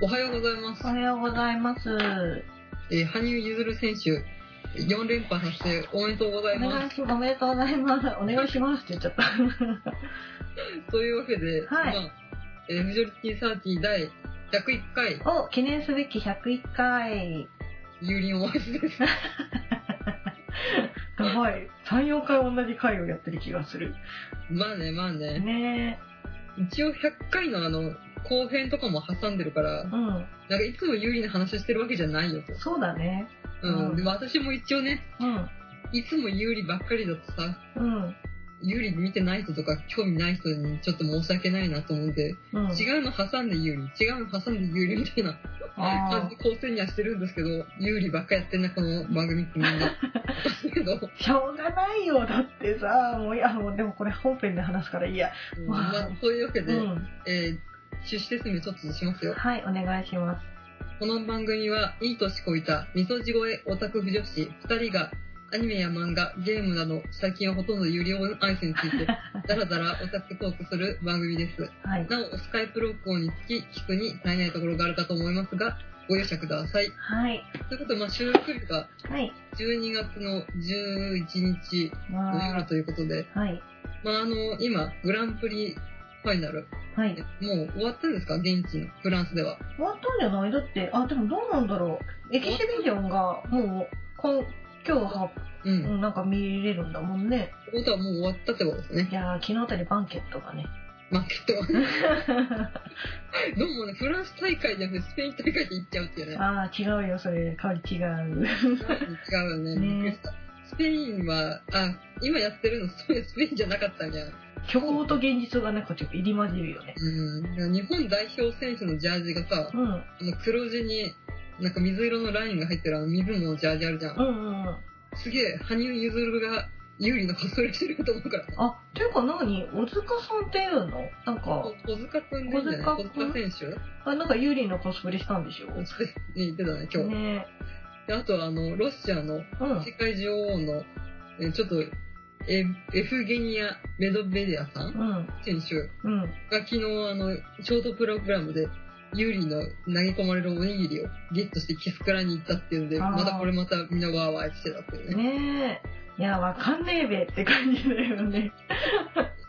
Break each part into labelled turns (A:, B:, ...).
A: おはようございます
B: お。はようございます。
A: えー羽生結弦選手、4連覇達成おめでとうござい
B: お願
A: ま
B: いします。おめでとうございます。お願いしますって言っちゃった。
A: す。というわけで、
B: はい
A: まあ、えーフジョリティサーティ第101回、
B: お、記念すべき101回。
A: 有輪オアシスです。
B: やばい。3、4回同じ回をやってる気がする。
A: まあね、まあね。
B: ね
A: 一応100回のあの、後編とかも挟んでるから、
B: え。
A: なん
B: うん。
A: かいつも有輪の話してるわけじゃないよと。
B: そうだね。
A: う。
B: うんん
A: でも私も一応ね、
B: うん。
A: いつも有利ばっかりだとさ、
B: うん。
A: 有利見てない人とか興味ない人にちょっと申し訳ないなと思うんで、
B: うん。
A: 違うの挟んで有利、違うの挟んで有利みたいな感
B: あ
A: じ構成にはしてるんですけど、有利ばっかやってんな、この番組ってみん な。ですけど、
B: ーしょうがないよ。だってさ、もういや、もうでもこれ本編で話すからいいや。
A: うんまあ、そういうわけ
B: う
A: で、
B: ん。
A: えー趣旨説明ちょっとしますよ。
B: はい、お願いします。
A: この番組は、いい年こいた、みそじ越えオタク不女子2人が、アニメや漫画、ゲームなど、最近はほとんど有料アイスについて、だらだらオタクトークする番組です。
B: はい。
A: なお、スカイプ録音につき、聞くに足りないところがあるかと思いますが、ご容赦ください。
B: はい。
A: ということで、まあ、収録日が
B: はい。
A: 12月の11日の夜
B: ま
A: ということで、
B: あ、はい。
A: まあ、あの、今、グランプリファイナル、
B: はい。
A: もう終わったんですか現地のフランスでは。
B: 終わったんじゃないだってあでもどうなんだろうエキシビジョンがもう今今日は
A: うん。っ
B: なんか見れるんだもんね
A: てことはもう終わったってことですね
B: い。やー昨日あたりバンケットがね
A: マーケットは。どうもね、フランス大会じゃなくてスペイン大会で行っちゃうっていうね。
B: ああ違うよそれ顔違う
A: 違うよね。びっくりした。スペインは、あ、今やってるのそういうスペインじゃなかったんや。
B: 虚構と現実がなんかちょっと入り混じるよね
A: うん。日本代表選手のジャージがさ、
B: うん
A: あの黒地に、なんか水色のラインが入ってるあの水のジャージあるじゃ。
B: うんんうんうん
A: すげえ、羽生結弦が有利のコスプレしてると思うから。
B: あっていうか何小塚さんっていうのなんか
A: こ小塚くんでいいんじゃない
B: 小
A: 小
B: 塚くん
A: 塚選手
B: あなんかユーリのコスプレしたんでしょ
A: 小塚に言ってたね、今日。
B: ね
A: であとはあの、ロシアの
B: うん
A: 世界女王の、えーちょっと、えエフゲニア・メドベデアさん
B: うん
A: 選手
B: うん
A: が昨日あの、ショートプログラムで、有利の投げ込まれるおにぎりをゲットしてキスクラに行ったっていうので、
B: あー
A: またこれまたみんなワーワーしてたっていうね。
B: ねえいやわかんねえべって感じだよね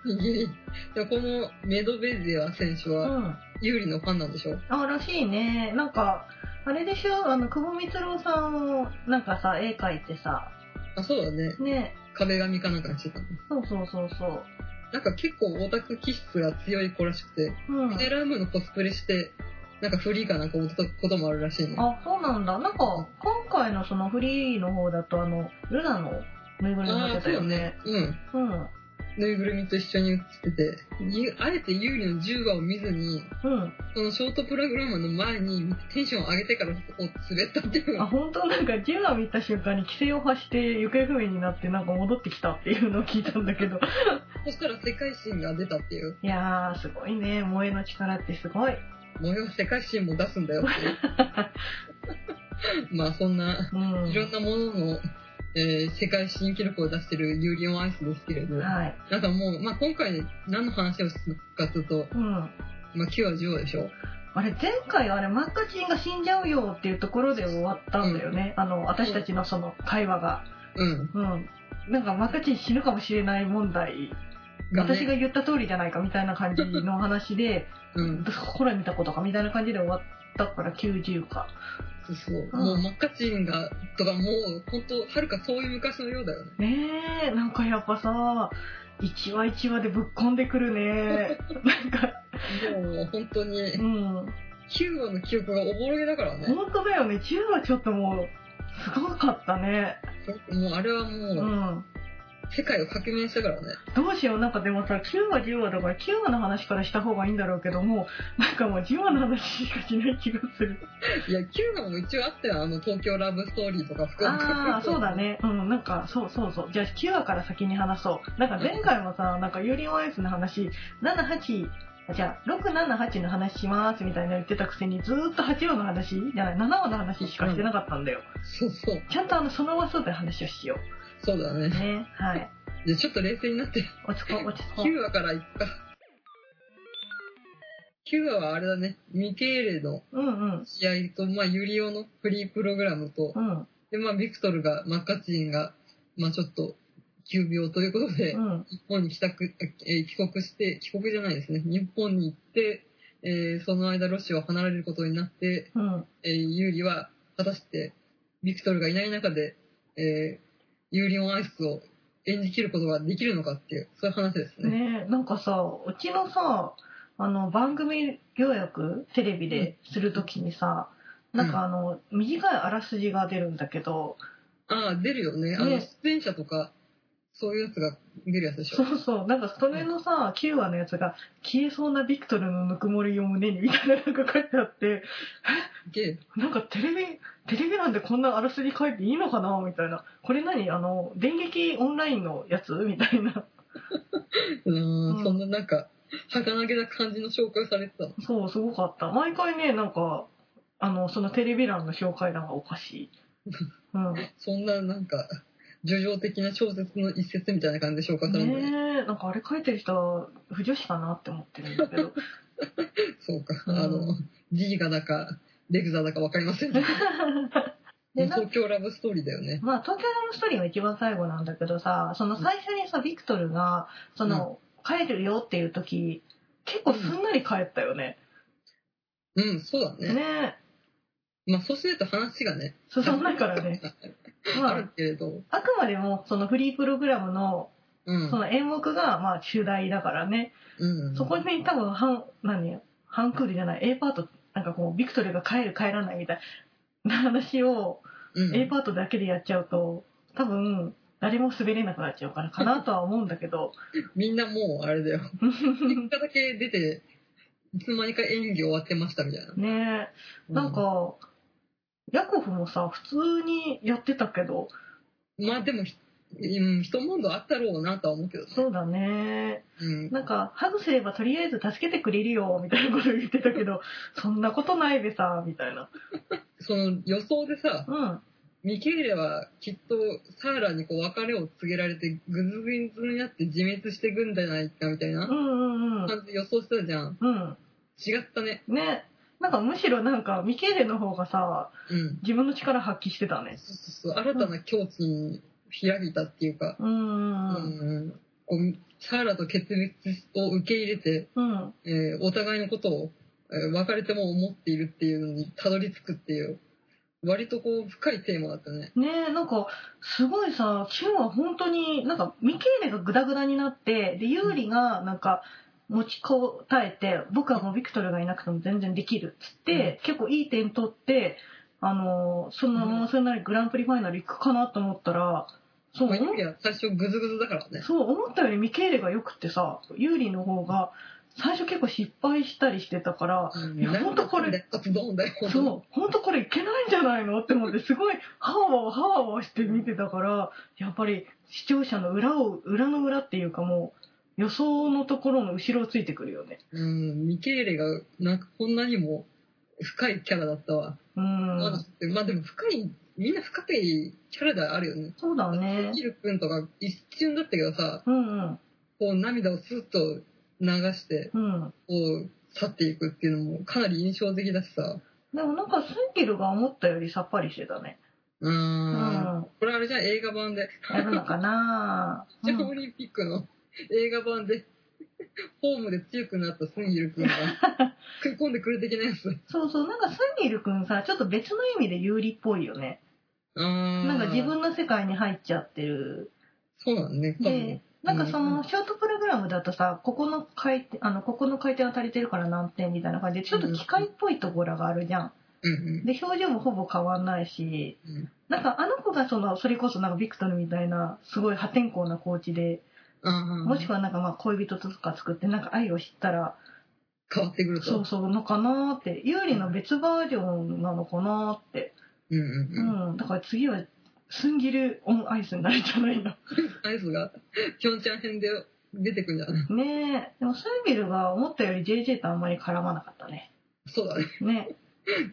A: でもこのメドベデア選手
B: う
A: は、
B: ん
A: 有利のファンなんでしょ
B: あ、らしいね。なんか、あれでしょあの、久保光郎さんを、なんかさ、絵描いてさ、
A: あ、そうだね。
B: ね、
A: 壁紙かなんかにしてたの。
B: そうそうそうそう。
A: なんか結構オタク気質が強い子らしくて、
B: うん。
A: セーラームーンのコスプレして、なんかフリーかなんか踊ったこともあるらしいの。
B: あ、そうなんだ。なんか、今回のそのフリーの方だと、あの、ルナのぬいぐるみ
A: あ
B: が
A: あ、
B: 出
A: そ
B: た
A: う
B: よ
A: よ
B: ね
A: ね。。うん。
B: うん。
A: ぬいぐるみと一緒に映ってて、ゆあえて有利の10話を見ずに、
B: うん。
A: そのショートプログラムの前にテンションを上げてからこう滑ったっていうのが
B: あ、本当なんか、ジュが見た瞬間に規制を発して、行方不明になって、なんか戻ってきたっていうのを聞いたんだけど。
A: そしたら世界新が出たっていう。
B: いやー、すごいね。萌えの力ってすごい。
A: 模様世界新も出すんだよって いう。まあそんな、
B: うん。
A: いろんなものの、えー世界新記録を出してるユーリオンアイスですけれど、
B: はい。
A: なんかもう、まあ今回何の話をするかというと、
B: うん。
A: まあ9話10話でしょ。
B: あれ前回あれマッカチンが死んじゃうよっていうところで終わったんだよね、あの私たちのその会話が
A: うん。
B: うんなんかマッカチン死ぬかもしれない問題
A: ね
B: 私が言った通りじゃないかみたいな感じの話で
A: うん。
B: ほら見たことかみたいな感じで終わったから90か
A: そうそう。
B: うん
A: もうマッカチンが、とかもう本当はるかそういう昔のようだよね。
B: ねえなんかやっぱさ一話一話でぶっこんでくるねなんか
A: もう本当に、
B: うん
A: 9話の記憶がおぼろげだからね。
B: 本当だよね10話ちょっともうすごかったね
A: もうあれは
B: う
A: もう、
B: ん
A: 世界を革命したからね。
B: どうしよう、なんかでもさ、9話、10話だから9話の話からした方がいいんだろうけども、なんかもう10話の話しかしない気がする。
A: いや、9話も一応あったよ。あの、東京ラブストーリーとか福岡
B: ああ、そうだ。ね。うん、なんか、そうそうそう。じゃあ9話から先に話そう。なんか前回もさ、なんかユーリオンアイスの話、7、8、あじゃあ、6、7、8の話しますみたいな言ってたくせに、ずーっと8話の話じゃない、7話の話しかしてなかったんだよ。
A: そうそう。
B: ちゃんとあの、その話で話をしよ
A: そうだね。
B: ね。はい。
A: じゃあちょっと冷静になって、
B: 落ち着こう、落ち着こう。
A: 9話からいっか。9話はあれだね、ミケーレの
B: うんうん。
A: 試合と、まあ、ユリオのフリープログラムと
B: う、ん。
A: で、まあ、ビクトルが、マッカチンが、まあ、ちょっと、急病ということで
B: う、ん。
A: 日本に帰宅、えー帰国して、帰国じゃないですね、日本に行って、えーその間ロシアを離れることになって、
B: うん。
A: えーユーリは果たしてビクトルがいない中で、えーユーリオンアイスを演じきることができるのかっていうそういう話ですね
B: ねなんかさ、うちのさ、あの、番組予約、テレビでするときにさ、
A: うん
B: なんかあの、短いあらすじが出るんだけど、
A: ああ出るよねあの
B: ね
A: 出演者とかそういうやつが出るやつでし
B: そ
A: ょ
B: うそう、なんかそれのさ、9話のやつが、消えそうなビクトルのぬくもりを胸にみたいなのが書いてあって、
A: で
B: なんかテレビ、テレビなんでこんなあらすじ書いていいのかなみたいな。これ何あの、電撃オンラインのやつみたいな。
A: うー
B: うんん
A: そんななんか儚げな感じの紹介をされてたの
B: そう、すごかった。毎回ね、なんか、あの、そのテレビ欄の紹介欄がおかしい。うん。
A: そんななんか叙情的な小説の一節みたいな感じで紹介されて、ね、
B: ねえ、なんかあれ書いてる人は不女子かなって思ってるんだけど。
A: そうか、
B: うん
A: あのジーガだかレグザだかわかりませ んね
B: でなん
A: 東京ラブストーリーだよね
B: まあ、東京ドームストーリーが一番最後なんだけどさ、その最初にさ、ビクトルが、その、帰るよっていう時、結構すんなり帰ったよね。
A: うんそうだね
B: ねえ、
A: まあ、そうしないと話がね、
B: 進まないから ね。
A: あ
B: まあ
A: る、けれど、
B: あくまでも、そのフリープログラムの、
A: うん
B: そ。の演目が、まあ、主題だからね。
A: うん、
B: そこに多分、半、何半クールじゃない、A パート、なんかこう、ビクトルが帰る帰らないみたいな話を、
A: うん
B: A パートだけでやっちゃうと、多分、誰も滑れなくなっちゃうからかなとは思うんだけど、
A: みんなもう、あ れだよ。結果だけ出て、いつの間にか演技終わってましたみたいな。
B: ねえ、なん
A: う
B: か、ヤコフもさ、普通にやってたけど、
A: ん、まあでも、ひうん、一問答あったろうなとは思うけどね。
B: そうだね。
A: うん。
B: なんか、ハグすればとりあえず助けてくれるよ、みたいなこと言ってたけど、そんなことないでさ、みたいな。
A: その予想でさ、
B: うん。
A: ミケーレはきっとサーラにこう別れを告げられて、ぐずぐずになって自滅していくんじゃないかみたいな
B: うんうんうん。
A: 感じで予想してたじゃん。
B: うん。
A: 違ったね。
B: ね。なんかむしろなんか、ミケーレの方がさ、
A: うん。
B: 自分の力発揮してたね。
A: そうそうそう。新たな境地に開いたっていうか、
B: うんうんうん。
A: こうサーラと決別を受け入れて、
B: うん。
A: えーお互いのことを、えー別れても思っているっていうのにたどり着くっていう割とこう深いテーマだったね
B: ねえ、なんか、すごいさ、キュンは本当に、なんか、ミケーレがグダグダになって、で、ユーリが、なんか、持ちこたえて、僕はもうビクトルがいなくても全然できるっつって、結構いい点取って、あのーそのままそれなりにグランプリファイナル行くかなと思ったら、そう、
A: まあ、ユリは最初グズグズだからね
B: そう、思ったよりミケーレが良くてさ、ユーリの方が、最初結構失敗したりしてたから、
A: うん
B: いやほんとこれ
A: 連発ドーンだよ
B: そう、本当これいけないんじゃないのって思って、すごい、ハワワハワワして見てたから、やっぱり視聴者の裏を、裏の裏っていうかもう、予想のところの後ろをついてくるよね。
A: うんミケーレがなんかこんなにも深いキャラだったわ、
B: う
A: まだ
B: ん。
A: まあでも深いみんな深いキャラではあるよね
B: そうだね
A: ヒ。ル君とか一瞬だったけどさ
B: うんうん。
A: こう涙をスッと流して
B: うん。
A: を去っていくっていうのもかなり印象的だしさ。
B: でもなんかスンキルが思ったよりさっぱりしてたね。
A: う。
B: うんん。
A: これあれじゃん、映画版で。
B: やるのか な
A: ジャン
B: う
A: オリンピックの映画版で、ホームで強くなったスンギル君 が食い込んでくる的なやつ。
B: んそうそう、なんかスンギルくんさ、ちょっと別の意味で有利っぽいよね。な
A: なん
B: か自分の世界に入っちゃってる
A: そうなんね、多分
B: で。、なんかそ
A: うん
B: のショートプログラムだとさ、ここの回転、あの、ここの回転が足りてるから何点みたいな感じで、ちょっと機械っぽいところがあるじゃん。
A: うん
B: で、表情もほぼ変わんないし、
A: うん
B: なんかあの子がその、それこそなんかビクトルみたいな、すごい破天荒なコーチで、
A: うん。あー
B: もしくはなんかまあ恋人とか作ってなんか愛を知ったら、
A: 変わってくると。
B: そうそうのかなーって、有利の別バージョンなのかなーって。
A: うんうん
B: う
A: うん。
B: ん、だから次は、スンギルオンアイスになるんじゃないの。
A: アイスが、ピョンチャン編で出てくるんじゃない
B: ねえ、でもスンギルが思ったより JJ とあんまり絡まなかったね。
A: そうだね。
B: ね。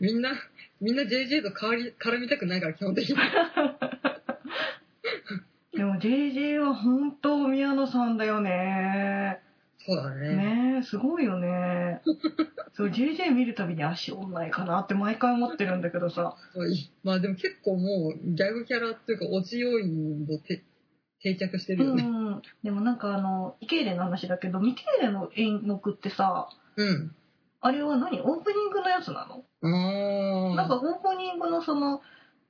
A: みんな、みんな JJ と変わり絡みたくないから、基本的に。
B: でも JJ は本当宮野さんだよね。
A: そうだね。
B: ねえ、すごい よね。そう、JJ 見るたびに足女いかなって毎回思ってるんだけどさ。
A: そういまあでも結構もうギャグキャラっていうか、オチ要因もて定着して
B: う
A: るよね。
B: ん。でもなんかあの、イケイレの話だけど、ミケイレの演目ってさ、
A: うん。
B: あれは何オープニングのやつなの、
A: ああ。
B: なんかオープニングのその、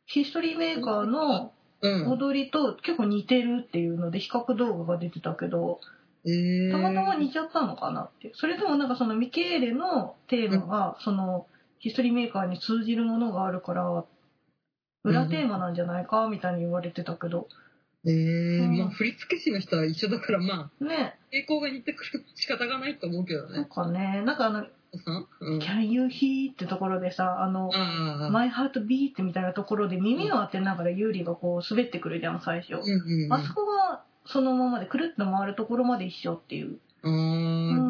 B: ヒストリーメーカーの
A: うん。
B: 踊りと結構似てるっていうので比較動画が出てたけど、
A: ええ
B: たまたま似ちゃったのかなって。それともなんかそのミケーレのテーマが、そのヒストリーメーカーに通じるものがあるから、裏テーマなんじゃないかみたいに言われてたけど。
A: ええ
B: うん
A: まあ振付師の人は一緒だから、まあ、
B: ね、
A: 傾向が似てくる仕方がないと思うけど
B: なん
A: ね。
B: かね、なんかあの、
A: おっさんうん
B: Can you hear? ってところでさ、あの、
A: ああ。
B: My heart beat みたいなところで耳を当てながらユーリがこう滑ってくるじゃん、最初。
A: うんうんうん。
B: あそこがそのままでくるっと回るところまで一緒っていう。
A: あー
B: う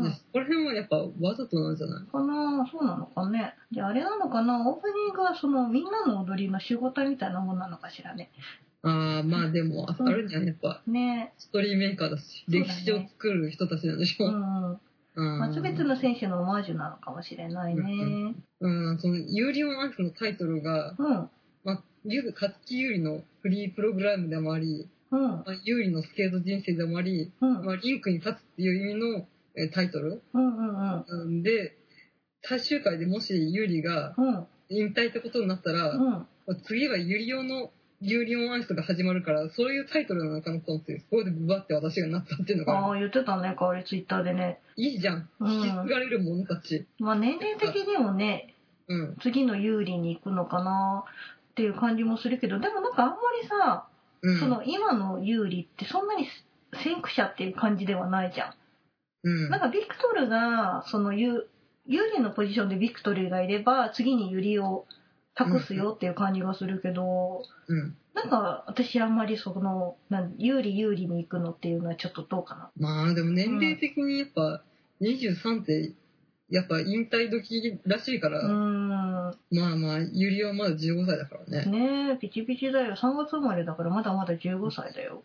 B: ん
A: ここら辺はやっぱわざとなんじゃない
B: かなそうなのかね。で、あれなのかなオープニングはそのみんなの踊りの集合体みたいなもんなのかしらね。
A: ああ、まあでも、あ
B: うん
A: あるんじゃないやっぱ、
B: ね
A: ストーリーメーカーだし、
B: そうだね
A: 歴史を作る人たちなんでし
B: う
A: ょ。
B: ん。
A: うん。
B: 松別の選手のオマージュなのかもしれないね。
A: うん、その、ユーリオンアイスのタイトルが、
B: うん。
A: まあ、ゆず勝木優里のフリープログラムでもあり、
B: うん。
A: まあ、優里のスケート人生でもあり、
B: うん。
A: まあ、リンクに立つっていう意味のえータイトル
B: うん。うん。
A: うんで、最終回でもし優里が
B: うん。
A: 引退ってことになったら、
B: うん。
A: まあ次はユリオのユリオンアイスが始まるから、そういうタイトルなのかなと思って、そこでブバって私がなったっていうの
B: あ
A: が、
B: あ、言ってたね、かおりツイッターでね。
A: いいじゃん。
B: うん
A: 引き継がれる者たち。
B: まあ年齢的にもね、
A: うん。
B: 次の有利に行くのかなっていう感じもするけど、でもなんかあんまりさ、
A: うん。
B: その今の有利ってそんなに先駆者っていう感じではないじゃん。
A: うん。
B: なんかビクトルがそのユ有利のポジションでビクトルがいれば次にユリを託すよっていう感じがするけど、
A: うん。
B: なんか私あんまりそのなん有利有利に行くのっていうのはちょっとどうかな。
A: まあ、でも年齢的にやっぱ、23って、やっぱ引退時らしいか
B: う
A: ら、
B: ーん
A: まあまあ、ユリオはまだ15歳だからね。
B: ねえピチピチだよ3月生まれだからまだまだ15歳だよ。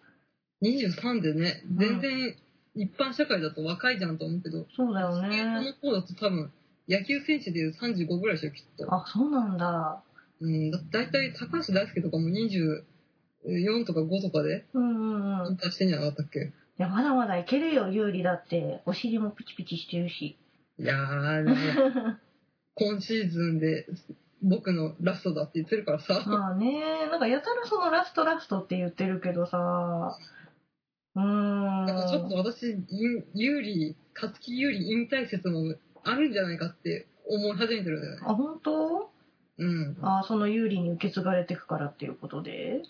A: 23でね、
B: ん
A: 全然一般社会だと若いじゃんと思うけど、
B: そうだよ
A: その
B: ね。
A: 方だと多分、野球選手でいう35ぐらいでしょ、きっと。
B: あそうなんだ。
A: うん、だだいたい高橋大輔とかも24とか5とかで
B: うんうんうん。
A: 引
B: い
A: 退してんじゃなかったっけ
B: やまだまだいけるよ有利だってお尻もピチピチしてるし。
A: いやー、でも 今シーズンで僕のラストだって言ってるからさ、
B: まあね、なんかやたらそのラストラストって言ってるけどさ、うー
A: な
B: ん。
A: んかちょっと私、有利、勝木有利引退説もあるんじゃないかって思い始めてるんだよね。
B: あ、本当
A: うん。
B: あその有利に受け継がれていくからっていうことで。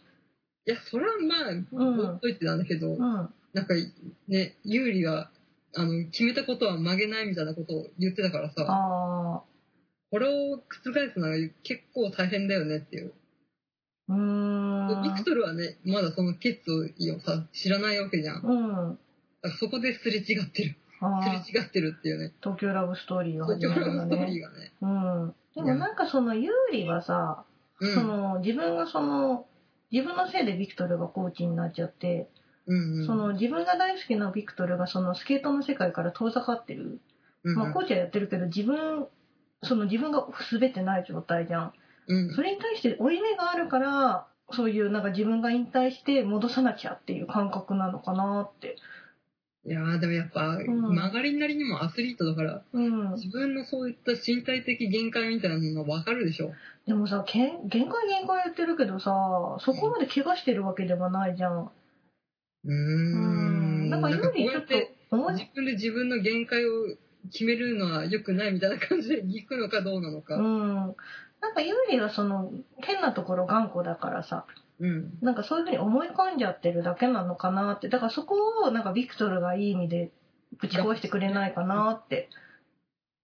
A: いや、それはまあ、
B: ん
A: ほっといてなんだけど、
B: うん。
A: なんかね、有利が、あの、決めたことは曲げないみたいなことを言ってたからさ、
B: あ
A: これを覆すのが結構大変だよねっていう。
B: ーうー
A: ビク
B: ん。
A: トルはね、まだそのケツをさ、知らないわけじゃん。だか
B: うん。
A: らそこですれ違ってる。す
B: あー
A: れ違ってるっていうね。
B: 東京ラブストーリーが
A: 東
B: 始
A: 京
B: まる
A: ラ
B: ん
A: ブ
B: だ
A: ストーリ
B: ね。
A: ーがね。
B: うん。でもなんかその有利はさ、
A: う
B: そ
A: ん。
B: の自分がその、自分のせいでビクトルがコーチになっちゃって、
A: うんうん。
B: その自分が大好きなビクトルがそのスケートの世界から遠ざかってる。
A: うん
B: まあ、コーチはやってるけど自分その自分が滑ってない状態じゃん
A: うん
B: そ。れに対して負い目があるからそういうなんか自分が引退して戻さなきゃっていう感覚なのかなって
A: いやーでもやっぱ、
B: ん
A: 曲がりなりにもアスリートだから、
B: うん
A: 自分のそういった身体的限界みたいなのがわかるでしょ。
B: でもさけん限界限界言ってるけどさそこまで怪我してるわけではないじゃん
A: うー
B: うん
A: ん。
B: なんかよ
A: こう
B: りち
A: や
B: ょっ
A: っ
B: と
A: て、
B: 思い
A: 自分で自分の限界を決めるのは良くないみたいな感じで行くのかどうなの
B: う
A: か。
B: んなんか有利はその変なところ頑固だからさ
A: うん。
B: なんかそういうふうに思い込んじゃってるだけなのかなってだからそこをなんかビクトルがいい意味でぶち壊してくれないかなって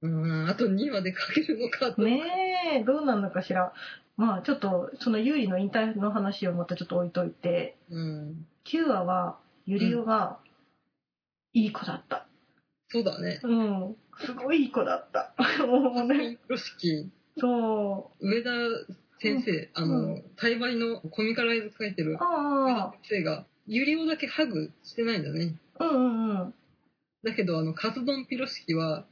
A: うん。あと2までかけるのかと。
B: ねえ、どうなのかしら。まあちょっと、そのユーリの引退の話をまたちょっと置いといて、
A: うん。
B: 9話は、ユリオが、いい子だった。
A: そうだね。
B: うん。すごいいい子だった。もうね、
A: 風呂敷、
B: そ
A: 上田先生、あの、
B: う
A: 対バイのコミカライズ書いてる
B: う。ああ、
A: 先生が、ユリオだけハグしてないんだね。
B: うんうんうん。
A: だけど、あの、カツ丼ピロシキは、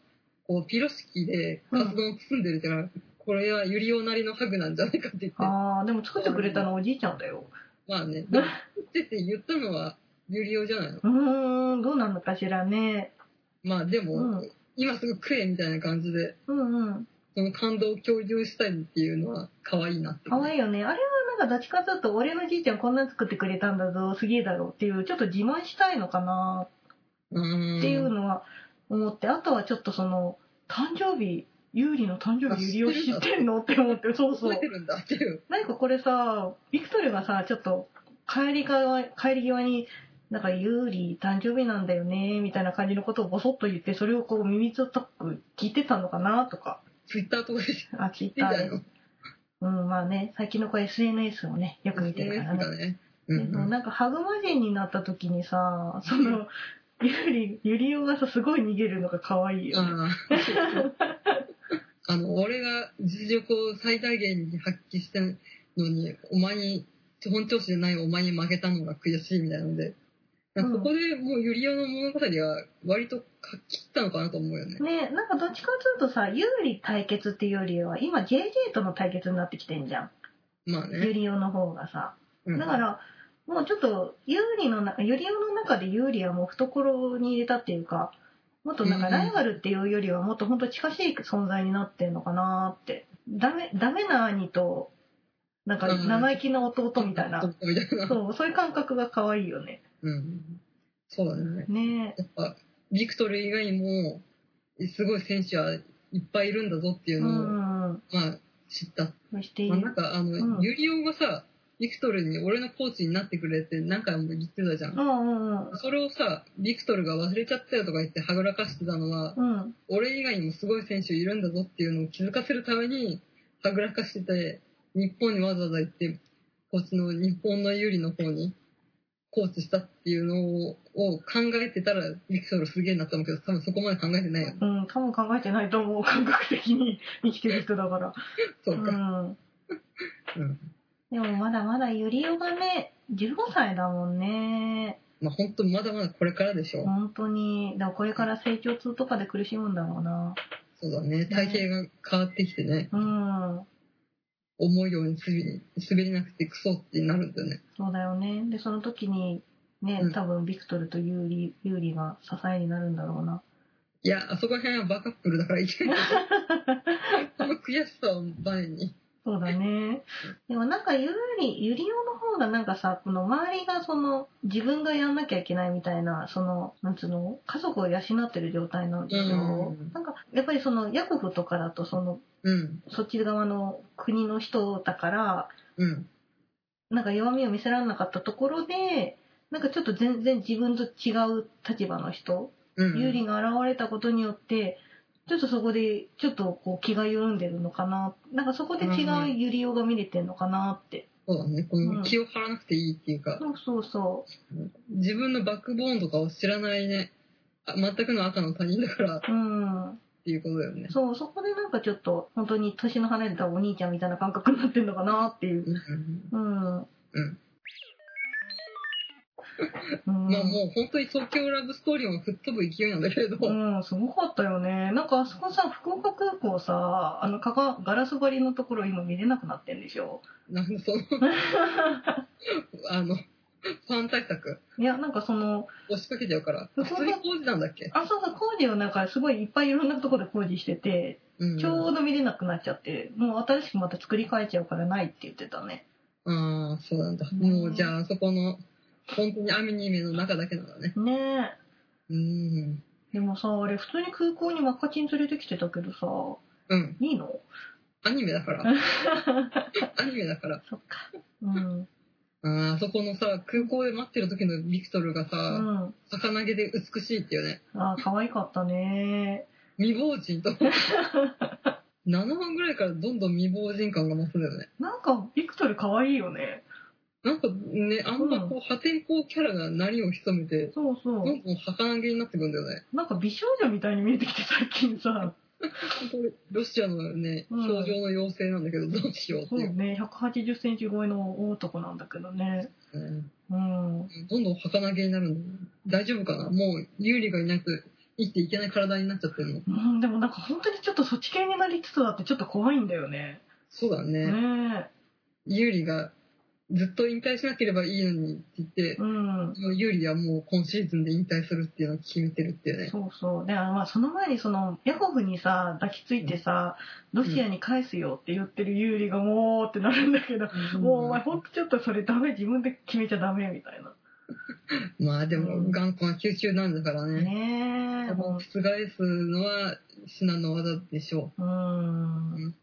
A: こう、ピロシキでカツ丼を包んでるってのは、これはユリオなりのハグなんじゃないかって言って、
B: ああ、でも作ってくれたのおじいちゃんだよ。
A: まあね、でもってって言ったのはユリオじゃないの。
B: うーん、どうなのかしらね。
A: まあでも、
B: うん
A: 今すぐ食えみたいな感じで、
B: うんうん。
A: その感動を共有したいっていうのは可愛いなって。
B: かわいいよね。あれはなんかどっちかというと、俺のじいちゃんこんなの作ってくれたんだぞ、すげえだろっていう、ちょっと自慢したいのかな
A: うーん
B: っていうのは思って、あとはちょっとその、誕生日、有利の誕生日、有利を知ってんのって思って、そうそ
A: 覚え て。
B: う
A: るんだっていう。
B: なんかこれさ、ビクトルがさ、ちょっと帰り際、帰り際に、なんか有利誕生日なんだよね、みたいな感じのことをボソッと言って、それをこう耳ちょっと聞いてたのかなとか、
A: ツイッターとかで知って
B: あ、聞いた
A: た。よ。
B: うん、まあね、最近の子は SNS をね、よく見てるからね
A: SNS。がね。うん
B: でも
A: うん
B: なんかハグマジンになった時にさ、その、ゆり、ゆりおがさ、すごい逃げるのが可愛いよね。
A: あああの、俺が実力を最大限に発揮したのに、お前に、本調子じゃないお前に負けたのが悔しいみたいなので、なんかここでもうユリオの物語は割と書き切ったのかなと思うよね。
B: ねなんかどっちかというとさ、ゆり対決っていうよりは、今 JJ との対決になってきてんじゃん。
A: まあね
B: ゆ。りおの方がさ。
A: うん
B: だから、もうちょっと、ゆりの中、ゆりおの中でゆりはもう懐に入れたっていうか、もっとなんか
A: うん
B: ライバルっていうよりはもっと本当近しい存在になってるのかなーって。ダメ、ダメな兄と、なんか
A: うん
B: 生意気な弟みたいな。
A: そうみたいな。
B: そう、そういう感覚が可愛いよね。
A: うん。そうだね。
B: ね
A: やっぱ、ビクトル以外にも、すごい選手はいっぱいいるんだぞってい
B: え。
A: う
B: う
A: のを、
B: んうん。
A: まあ、知った
B: そしてい
A: まあ、
B: る
A: なんかあの、
B: うん
A: ユリオがさビクトルに俺のコーチになってくれって何回も言ってたじゃ、
B: うんんうん
A: それをさビクトルが忘れちゃったよとか言ってはぐらかしてたのは
B: うん。うん。
A: 俺以外にもすごい選手いるんだぞっていうのを気づかせるためにはぐらかしてて日本にわざわざ行ってこっちの日本の有利の方にコーチしたっていうのをを考えてたらビクトルすげえなったんだけど多分そこまで考えてないよ
B: うん、多分考えてないと思う、感覚的に生きてる人だから。
A: そううか、
B: ん。
A: うん
B: でもまだまだゆりおがね、15歳だもんね。
A: まあ本当まだまだこれからでしょ、
B: 本当に。だからこれから成長痛とかで苦しむんだろうな。
A: そうだね体型が変わってきてね、
B: うん。
A: 思うように滑り滑りなくてクソってなるんだよね。
B: そうだよね。で、その時に、ね
A: うん、
B: 多分ビクトルとユーリ、ユーリが支えになるんだろうな。
A: いや、あそこら辺はバカップルだからいけない。この悔しさをバネに。
B: そうだね。でもなんかゆり、ゆりおの方がなんかさ、この周りがその自分がやんなきゃいけないみたいな、その、なんつうの、家族を養ってる状態なんですよ
A: うん。
B: なんかやっぱりそのヤコフとかだとその、
A: うん、
B: そっち側の国の人だから、
A: うん、
B: なんか弱みを見せられなかったところで、なんかちょっと全然自分と違う立場の人、
A: うん。
B: 有利が現れたことによって、ちょっとそこで、ちょっとこう気が緩んでるのかな。なんかそこで違うユリオが見れてるのかなって。
A: そうだね。こ
B: う
A: の
B: ん
A: 気を張らなくていいっていうか、
B: そうそうそ
A: 自分のバックボーンとかを知らないね、あ全くの赤の他人だからっ
B: う。うん。
A: ていうことだよね。
B: そう、そこでなんかちょっと、本当に年の離れたお兄ちゃんみたいな感覚になってんのかなっていう。
A: うん
B: うん。うん。
A: うん まあもう本当に即興ラブストーリーも吹っ飛ぶ勢いなんだけれど、
B: うん、すごかったよね。なんかあそこさ、福岡空港さ、あの、かが、ガラス張りのところ今見れなくなってんでしょ
A: なんかその、あの、ファン対策、
B: いや、なんかその、
A: 押しかけちゃうから、
B: そ
A: 普
B: うそ
A: 通
B: う
A: に工事なんだっけ
B: あ、そうそう、工事をなんかすごいいっぱいいろんなところで工事してて、
A: うん
B: ちょうど見れなくなっちゃって、もう新しくまた作り変えちゃうからないって言ってたね。
A: ああ、そうなんだ。
B: うん
A: もうじゃあ、あそこの、本当にアミニメの中だけなんだね。
B: ね
A: うん。
B: え。でもさ、あれ普通に空港にマッカチン連れてきてたけどさ、
A: うん。
B: いいの
A: アニメだ から。アニメだから。
B: そっか。うん。
A: あーあそこのさ、空港で待ってる時のビクトルが
B: う
A: さ、
B: ん。
A: 魚毛で美しいっていうね。
B: あー、可愛かったね。
A: 未亡人 と。7話ぐらいからどんどん未亡人感が増すんだよね。
B: なんか、ビクトル可愛いよね。
A: なんかね、あんまこう、破天荒キャラが何を潜めて、
B: そうそう。
A: どんどん儚げになってくんだよね。
B: なんか美少女みたいに見えてきて最近さ、
A: これロシアのね、
B: うん
A: 表情の妖精なんだけど、どうしようって
B: そ
A: いう
B: うね、180センチ超えの大男なんだけどね。
A: ね。
B: うん。
A: どんどん儚げになるの。大丈夫かなもう、有利がいなく生きていけない体になっちゃってるの。
B: うん、でもなんか本当にちょっとそっち系になりつつあってちょっと怖いんだよね。
A: そうだね。
B: ね
A: 有利が、ずっと引退しなければいいのにって言って
B: え。、うん。
A: 有利はもう今シーズンで引退するっていうのを決めてるっていうね。
B: そうそう。で、あのまあその前にその、ヤコフにさ、抱きついてさ、ロシアに返すよって言ってるユーリがもうってなるんだけど、もうお前ほんとちょっとそれダメ、自分で決めちゃダメみたいな。
A: まあでも
B: う、ん
A: 頑固な吸収なんだからね。
B: ねえ、
A: 覆すのは至難の技でしょ
B: うーん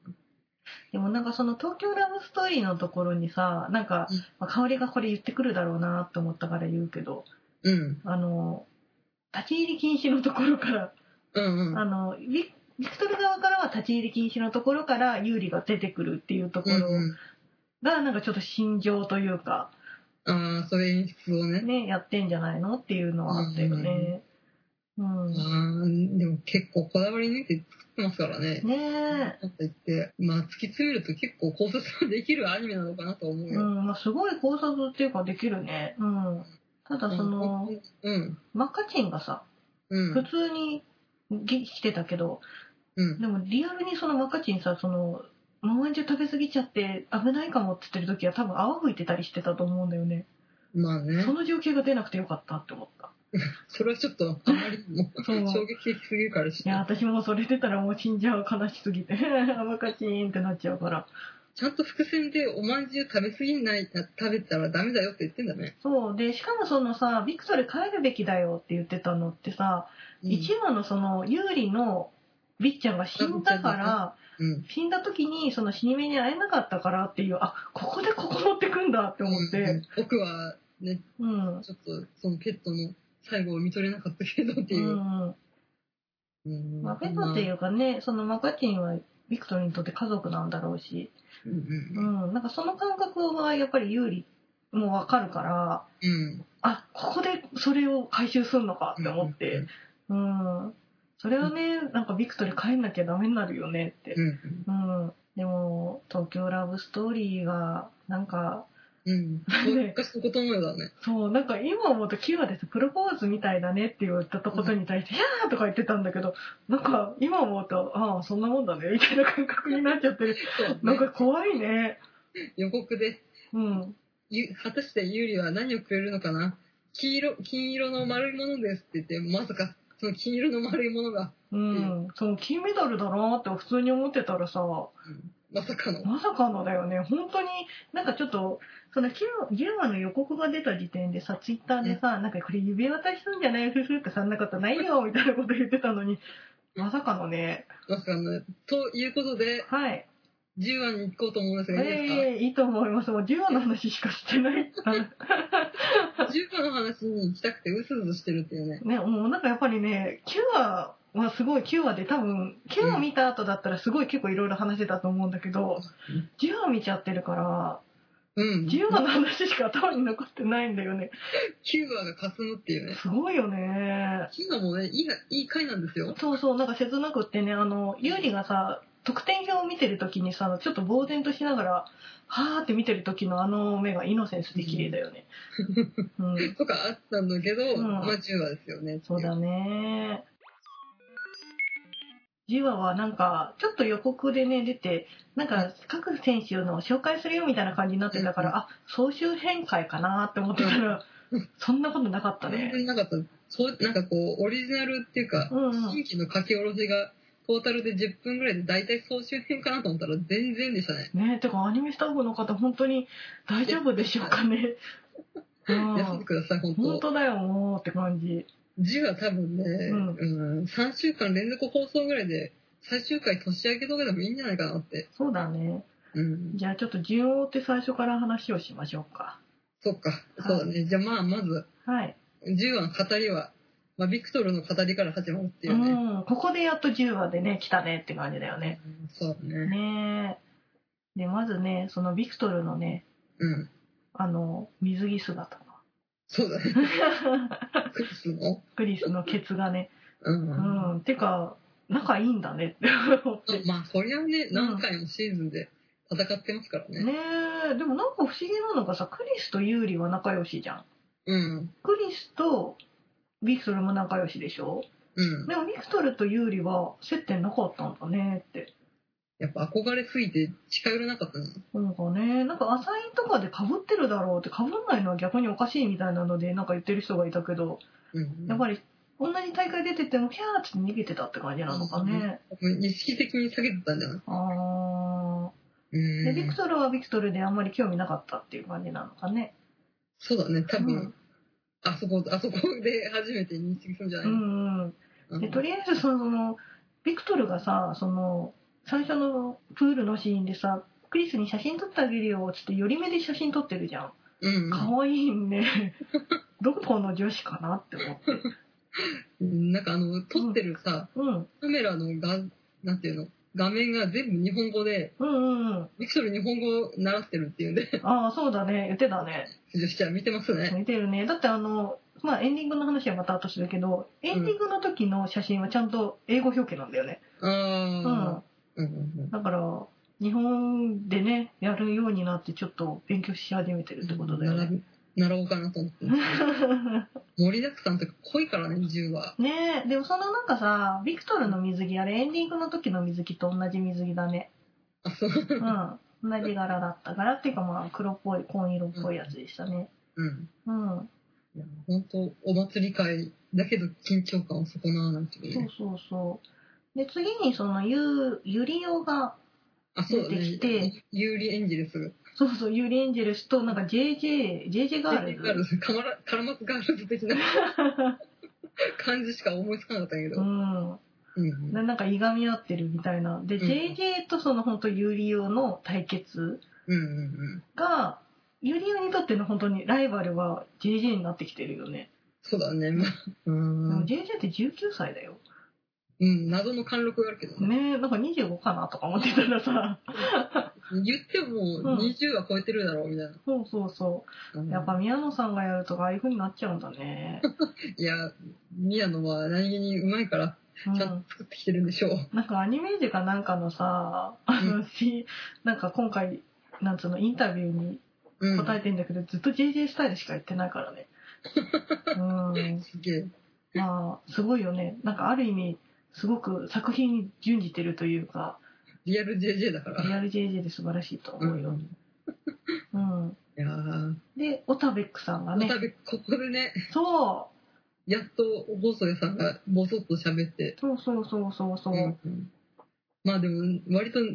B: でもなんかその東京ラブストーリーのところにさなんか
A: うん、
B: まあ、香りがこれ言ってくるだろうなと思ったから言うけど
A: う。うん。
B: あの立ち入り禁止のところから、
A: うんうん。
B: あのビビクトル側からは立ち入り禁止のところから有利が出てくるっていうとこ
A: うん
B: ろ
A: うん。
B: がなんかちょっと心情というか、
A: ああ、それ演出をね。
B: ね、やってんじゃないのっていうのはあったよね。うん
A: ああ、でも結構こだわり抜いて作ってますからね。
B: ねえ、
A: なんか言って、まあ突き詰めると結構考察ができるアニメなのかなと思う
B: う
A: よ。
B: んまあ、すごい考察っていうかできるね。うん、ただその、
A: うん、
B: マッカチンがさ
A: う
B: 普
A: ん、
B: 通に生きてたけど
A: うん。
B: でもリアルにそのマッカチンさそのまんじゅう食べ過ぎちゃって危ないかもって言ってる時は多分泡吹いてたりしてたと思うんだよね
A: まあね
B: そ、の状況が出なくてよかったって思った
A: それはちょっとあまりにも
B: そう
A: 衝撃的すぎるからち
B: いや
A: ょっと
B: 私もそれ出たらもう死んじゃう悲しすぎて マカチンってなっちゃうから
A: ちゃんと伏線でおまんじゅう食べ過ぎない、あ食べたらダメだよって言ってんだね。
B: そうでしかもそのさビクトル帰るべきだよって言ってたのってさ、
A: うん
B: 一話のその有利のビッちゃんが死んだから
A: うん。
B: 死んだ時にその死に目に会えなかったからっていうあここで ここ持ってくんだって思っ
A: う
B: て、
A: ん僕はね、
B: うんうん
A: ちょっとそのペットの最後を見とれなかったけどっていう。うん
B: まあ、ペットっていうかねそのマカチンはビクトルにとって家族なんだろうし、
A: うん
B: う
A: うん
B: ん、なんかその感覚はやっぱり有利もわかるから
A: うん。
B: あここでそれを回収するのかって思って、うんそれはねなんかビクトル帰んなきゃダメになるよねって
A: う、んうん。
B: うん、でも「東京ラブストーリー」がなんか
A: うん。昔のことのようだね。
B: そう、なんか今思うと9話です。プロポーズみたいだねって言ったことに対して、いやーとか言ってたんだけど、なんか今思うと、ああ、そんなもんだね、みたいな感覚になっちゃってる。
A: そう
B: なん
A: ね
B: か怖いね。
A: 予告で
B: うん。
A: ゆ果たしてユーリは何をくれるのかな黄色金色の丸いものですって言ってまさかその金色の丸いものが、
B: うん。その金メダルだなーって普通に思ってたらさ、
A: まさかの
B: まさかのだよね。本当に、なんかちょっと、その9話10話の予告が出た時点でさ、ツイッターでさ、なんかこれ指渡しするんじゃないふふってそんなことないよ、みたいなこと言ってたのに、まさかのね。
A: まさかのということで
B: はい。
A: 10話に行こうと思うんですがいいですか、
B: ええいいと思います。もう10話の話しかしてない。
A: 10話の話に行きたくてうずうずしてるっていうね
B: ね、もうなんかやっぱりね、9話はすごい9話で多分、9話見た後だったらすごい結構いろいろ話せたと思うんだけど、10話見ちゃってるから、
A: うん
B: 10話の話しか頭に残ってないんだよね。
A: 9話がかすむっていうね
B: すごいよね。
A: 9話もねいいないい回なんですよ
B: そうそう、なんか切なくってね、あの、ユーリがさ、得点表を見てる時にさ、ちょっと呆然としながら、はーって見てる時のあの目がイノセンスで綺麗だよね。うん、
A: とかあったんだけど、
B: うん
A: まあ10話ですよね
B: そうだね。ジワはなんか、ちょっと予告でね、出て、なんか、各選手の紹介するよみたいな感じになってたか
A: う
B: ら、あ、総集編会かなって思ってたら、そんなことなかった
A: 全
B: ね。
A: 然なかったそうなんかこうオリジナルっていうか、
B: うんうん
A: 新規の書き下ろしがトータルで10分ぐらいで大体総集編かなと思ったら全然でしたね、
B: ねてか、アニメスタッフの方、本当に大丈夫でしょうかね。う
A: 休んで
B: ん
A: ください本
B: 本
A: 当
B: 当だよ、もうって感じ。
A: 10は多分ね、
B: ん
A: うん3週間連続放送ぐらいで最終回年明けとかでもいいんじゃないかなって
B: そうだね。
A: うん
B: じゃあ、ちょっと順を追って最初から話をしましょうか。
A: そっか、そうだねじゃあまあまず
B: はい。
A: 10話の語りは、まあ、ビクトルの語りから始まるっていううね、
B: ん、ここでやっと10話でね、来たねって感じだよね。
A: うんそうだね
B: ねえ。で、まずね、そのビクトルのね、
A: うん
B: あの、水着姿の、
A: そう だねクリスの
B: クリスのケツがね、
A: うん、
B: うん、てか、仲いいんだね って思って。
A: まあ、そりゃね、何回もシーズンで戦ってますからね。
B: ねえ、でもなんか不思議なのがさ、クリスとユーリは仲良しじゃん。
A: うん。
B: クリスとビクトルも仲良しでしょ
A: うん。
B: でもビクトルとユーリは接点なかったんだねって。
A: やっぱ憧れすぎて近寄れなかったの。
B: なんかね、なんかアサインとかで被ってるだろうって被んないのは逆におかしいみたいなのでなんか言ってる人がいたけど、
A: うん。
B: やっぱり同じ大会出ててもキャーって逃げてたって感じなのかね。
A: 意識的に下げてたんじゃない
B: あ
A: う
B: ー。で、ビク
A: ん。
B: トルはビクトルであんまり興味なかったっていう感じなのかね。
A: そうだね、多分、
B: うん
A: あそこ、あそこで初めて認識するんじゃな
B: う
A: い、
B: んうん。
A: うん
B: でとりあえずそのそのビクトルがさその最初のプールのシーンでさクリスに写真撮ってあげるよっつって寄り目で写真撮ってるじゃん
A: うん。
B: 可愛いね どこの女子かなって思って
A: なんかあの、撮ってるさ、
B: うん
A: カメラのが、なんていうの、画面が全部日本語で、
B: うんうんうん
A: ビクトル日本語習ってるっていうんで、
B: ああそうだね言ってたね
A: 女子ちゃん見てますね。
B: 見てるねだってあのまあエンディングの話はまた後するけどエンディングの時の写真はちゃんと英語表記なんだよね
A: ああ。うんうん
B: だから日本でねやるようになってちょっと勉強し始めてるってことだよね
A: 習習おうかなと思って ます。盛りだくさんとか濃いからね、10は。
B: ねえでもそのなんかさビクトルの水着あれエンディングの時の水着と同じ水着だね
A: あ、そう。
B: うん同じ柄だった柄っていうかまあ黒っぽい紺色っぽいやつでしたね
A: うん。
B: うん、
A: いや本当お祭り会だけど緊張感を損なわないという
B: そう
A: ね。
B: そうそうで次にそのゆゆりおが
A: あ、そうだ
B: 出て
A: ね
B: きて。
A: 有利エンジェルス。
B: そうそうユリエンジェルスとなんか JJ JJ ガールズ
A: ガールズ、カマラカラマツガールズ的 な感じしか思いつかなかったけ
B: う
A: ど。
B: ん
A: うん
B: でなんかいがみ合ってるみたいなで、
A: うん
B: JJ とその本当ユリオの対決
A: うんうんうん。
B: がユリオにとっての本当にライバルは JJ になってきてるよね
A: そうだね。まあ、う
B: でも
A: ん。
B: JJ って19歳だよ。
A: うん、謎の貫禄があるけどね。
B: ねえ、なんか25かなとか思ってたらさ。
A: 言っても20は超えてるだろう、みたいな。
B: そうそうそ
A: うん
B: う。やっぱ宮野さんがやるとああいう風になっちゃうんだね。
A: いや、宮野は何気にうまいから、
B: う
A: ちゃん
B: ん。
A: と作ってきてるんでしょう。
B: なんかアニメージかなんかのさ、あの、し、なんか今回、なんつうの、インタビューに
A: うん。
B: 答えてんだけど、ずっと JJ スタイルしか言ってないから ね。うん。
A: すげえ。
B: まあ、すごいよね。なんかある意味、すごく作品に準じてるというか、
A: リアル JJ だから。
B: リアル JJ で素晴らしいと
A: う
B: 思うよ。
A: ん、
B: うん。
A: いやー、
B: で、オタベックさんが
A: ま
B: ね
A: た、ここでね、
B: そう、
A: やっと細江さんがボソッと喋って、
B: そうそうそうそうそう。
A: うんまあでも、割とず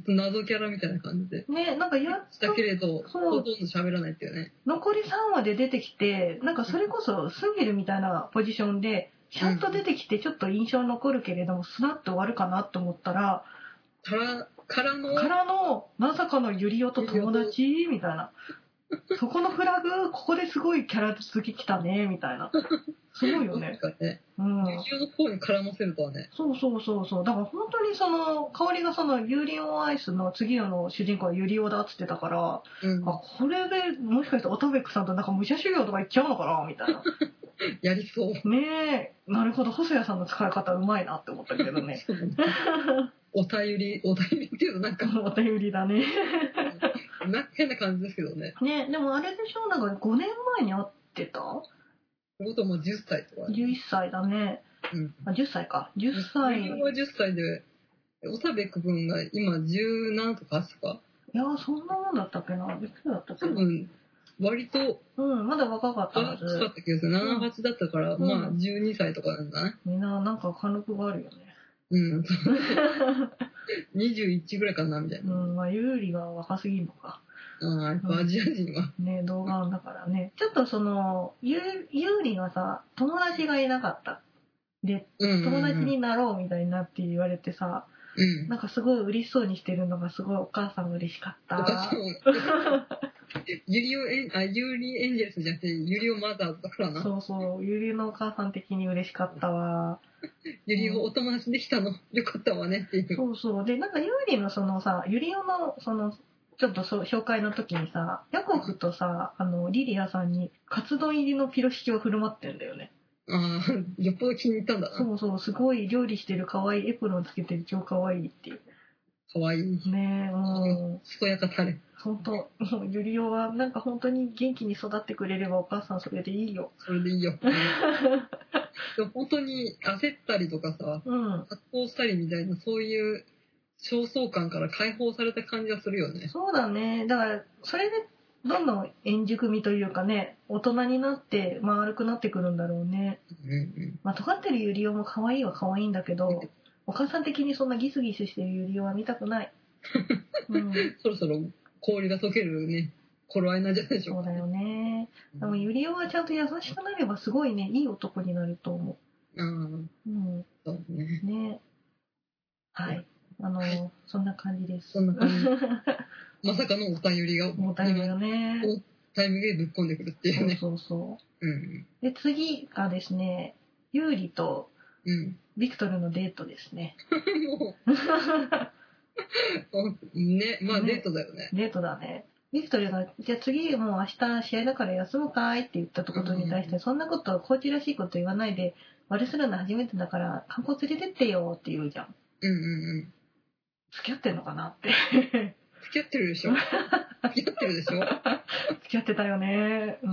A: っと謎キャラみたいな感じで。
B: ね、なんかやっ
A: した
B: と
A: けれど、ほ
B: そう
A: とんど喋らないっていうね。
B: 残り3話で出てきて、なんかそれこそスンギルみたいなポジションで、ちゃんと出てきてちょっと印象残るけれども、スナッと終わるかなと思ったら、
A: から、からの、
B: からの、まさかのユリオと友達みたいな。そこのフラグ、ここですごいキャラ続き来たね、みたいな。すごいよ
A: なん
B: ね。
A: かね、
B: うん。
A: 劇場の方に絡ませるとはね、
B: そうそうそうそう。だから本当にその、香りがその、ユリオアイスの次の主人公はユリオだっつってたから、
A: うん
B: あ、これでもしかしてオタベックさんとなんか武者修行とか行っちゃうのかなみたいな。
A: やりそう。
B: ねえ、なるほど、細谷さんの使い方うまいなって思ったけど ね。
A: お便り、お便りっていうのなんか、
B: お便りだね。
A: な 変な感じですけどね。
B: ねえでもあれでしょ、なんか5年前に会ってた
A: 仕事も10歳とか、ね。
B: ?11 歳だね。
A: うん。
B: あ、10歳か。10歳。
A: 自
B: い
A: 分は10歳で、おたべく君が今17とか8とか、
B: や、そんなもんだったっけな。びっくりだったっけ
A: 多
B: な。
A: 分、割と
B: うん、まだ若かったは
A: 若か
B: ず
A: っ。た気がする。7、8だったから、
B: うん
A: まあ12歳とかなんだね。
B: みんななんか貫禄があるよね。
A: うん。21ぐらいかな、みたいうな。
B: ん、まあ、有利が若すぎるのか。
A: ああ、やっぱアジア人は。
B: ね、動画だからね。ちょっとその、ゆ、ゆうりがさ、友達がいなかった。で、
A: うん。
B: 友達になろうみたいになって言われてさ、
A: うん。
B: なんかすごい嬉しそうにしてるのがすごいお母さん嬉しかっ
A: おか
B: た
A: しい。。ユリオエン、あ、ユリエンジェルスじゃなくて、ユリオマザーズだからな。
B: そうそう、ゆうりのお母さん的に嬉しかったわ。
A: ユリオお友達できたの。よかったわねっていう。
B: そうそう。で、なんかゆうりのそのさ、ゆりおのその、ちょっとそう紹介の時にさ、ヤコフとさ、あの、リリアさんにカツ丼入りのピロシキを振る舞ってんだよね。
A: ああ、よっぽど気に入ったんだな。
B: そうそう、すごい料理してる可愛いエプロンつけてる超可愛いっていう。
A: かわいい。
B: ねえ、も
A: 健やかたれ。
B: う、本当もう、ゆりおは、なんか本当に元気に育ってくれればお母さんそれでいいよ。
A: それでいい よ。でも本当に焦ったりとかさ、
B: うん。
A: 発行したりみたいな、そういう焦燥感から解放された感じがするよね。
B: そうだね。だから、それで、どんどん円熟味というかね、大人になって丸くなってくるんだろうね。
A: うんうん。
B: まあ、尖ってるゆりおも可愛いは可愛いんだ けど、お母さん的にそんなギスギスしてるゆりおは見たく ない。うん、
A: そろそろ氷が溶けるね、頃合いなんじゃないでしょ
B: そう
A: うか
B: だ
A: ね。
B: よね。でも
A: うん
B: ゆりおはちゃんと優しくなればすごいね、いい男になると思
A: あ
B: う。うん、
A: あ、そうね。
B: ね。はい。あの、そんな感じです。
A: そんな感 じ。まさかのお便りが、
B: もうだいぶよね。
A: タイミングでぶっ込んでくるっていうね。
B: そうそう
A: う
B: そ
A: ん。
B: う。で、次がですね、ゆうりと
A: うん。
B: ビクトルのデートですね。
A: もう、 ね、まあ
B: ね
A: デートだよね。
B: デートだね。ビクトリーが、じゃあ次もう明日試合だから休むかいって言ったとことに対して、そんなこと、コーチらしいこと言わないで、悪するの初めてだから、観光連れてってよって言うじゃん。
A: うんうんうん。
B: 付き合ってんのかなって。
A: 付き合ってるで しょ付き合ってるでしょ
B: 付き合ってたよね。う
A: うん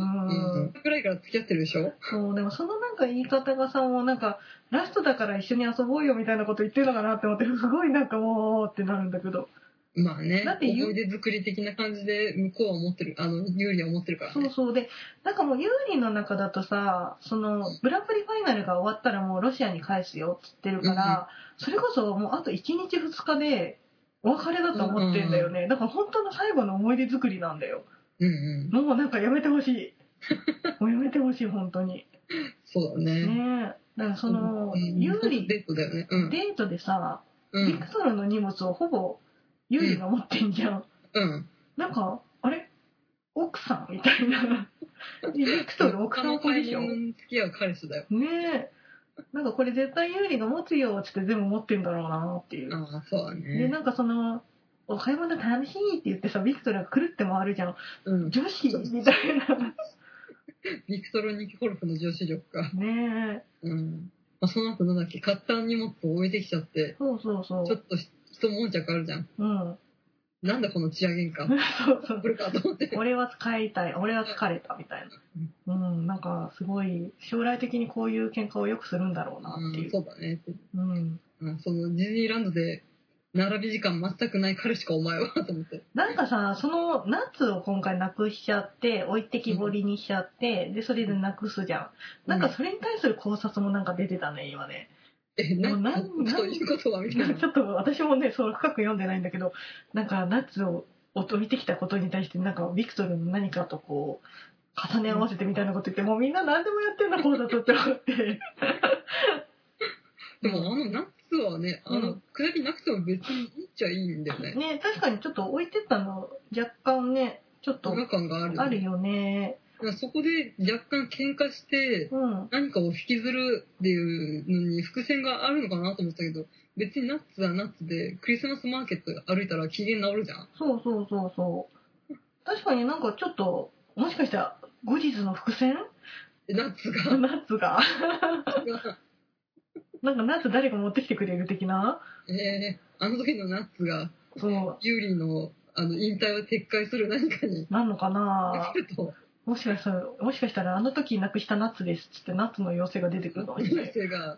B: ん。。
A: ぐらいから付き合ってるでしょ
B: そう、でもそのなんか言い方がさ、もうなんか、ラストだから一緒に遊ぼうよみたいなこと言ってるのかなって思って、すごいなんかもうってなるんだけど。
A: まあね。
B: だってゆ
A: 思い出作り的な感じで向こうは思ってる、あの、有利は思ってるから
B: そう
A: ね。
B: そう。で、なんかもう有利の中だとさ、その、グランプリファイナルが終わったらもうロシアに返すよって言ってるから、それこそもうあと1日2日でお別れだと思ってんだよね。だから本当の最後の思い出作りなんだよ。
A: うんうん。
B: もうなんかやめてほしい。もうやめてほしい、本当に。
A: そうだね。
B: ねえ。だからその、
A: うん
B: 有利、デ
A: デートだよね。うん。
B: ートでさ、
A: う
B: ビ
A: ん
B: ク。トルの荷物をほぼ有利が持ってんじゃん。
A: うん。
B: なんか、あれ奥さんみたい な。ビクトル奥さん子でしょ
A: 他のタイミングに付き合う彼氏だよ。
B: ねえ。なんかこれ絶対有利が持つよっつって全部持ってんだろうなっていう。
A: ああ、そうだ
B: で、
A: ね。
B: なんかその、お買い物楽しいって言ってさ、ビクトルが狂って回るじゃん。
A: うん。
B: 女子みたいな。
A: ビクトロニキホルフの女子力か。
B: ねえ。
A: うん。まあ、その後なんだっけ、買った荷物を置いてきちゃって、
B: そうそうそ
A: ちょっ
B: う。
A: と一悶着あるじゃん。
B: うん。
A: なんだこのチアゲンか。
B: そうそう
A: こ。れかと思って。
B: 俺は使いたい。俺は疲れた。みたいな。うん。なんかすごい、将来的にこういう喧嘩をよくするんだろうなって
A: う
B: い
A: ん
B: う。
A: そうだね。
B: うん。
A: うんそのディズニーランドで並び時間全くない彼しかお前はと思って。
B: なんかさ、そのナッツを今回なくしちゃって、置いてきぼりにしちゃって、で、それでなくすじゃん。なんかそれに対する考察もなんか出てたね、今ね。
A: え、
B: も
A: な
B: うなん
A: んそういうことはみ
B: ち
A: たいな。
B: ょっと私もね、そう深く読んでないんだけど、なんかナッツを置いてきたことに対して、なんかビクトルの何かとこう、重ね合わせてみたいなこと言って、もうみんな何でもやってんだ、考察って思って。
A: でもあのナッツはね、あ
B: う
A: の、くだりなくても別にいいっちゃいいんだよね。
B: ね、確かにちょっと置いてったの、若干ね、ちょっと
A: 違和感がある。
B: あるよね。
A: だからそこで若干喧嘩して、
B: うん。
A: 何かを引きずるっていうのに伏線があるのかなと思ったけど、別にナッツはナッツで、クリスマスマーケット歩いたら機嫌治るじゃん。
B: そうそうそうそう。確かになんかちょっと、もしかしたら、後日の伏線
A: でナッツが、
B: ナッツが。
A: が
B: なんかナッツ誰か持ってきてくれる的な
A: えー、あの時のナッツが、
B: そう。
A: ユーリのあの引退を撤回する何かに
B: なんのか
A: な
B: な
A: ると、
B: もしかしたら、もしかしたらあの時なくしたナッツですっつってナッツの妖精が出てくるかもしれない。
A: 先生が、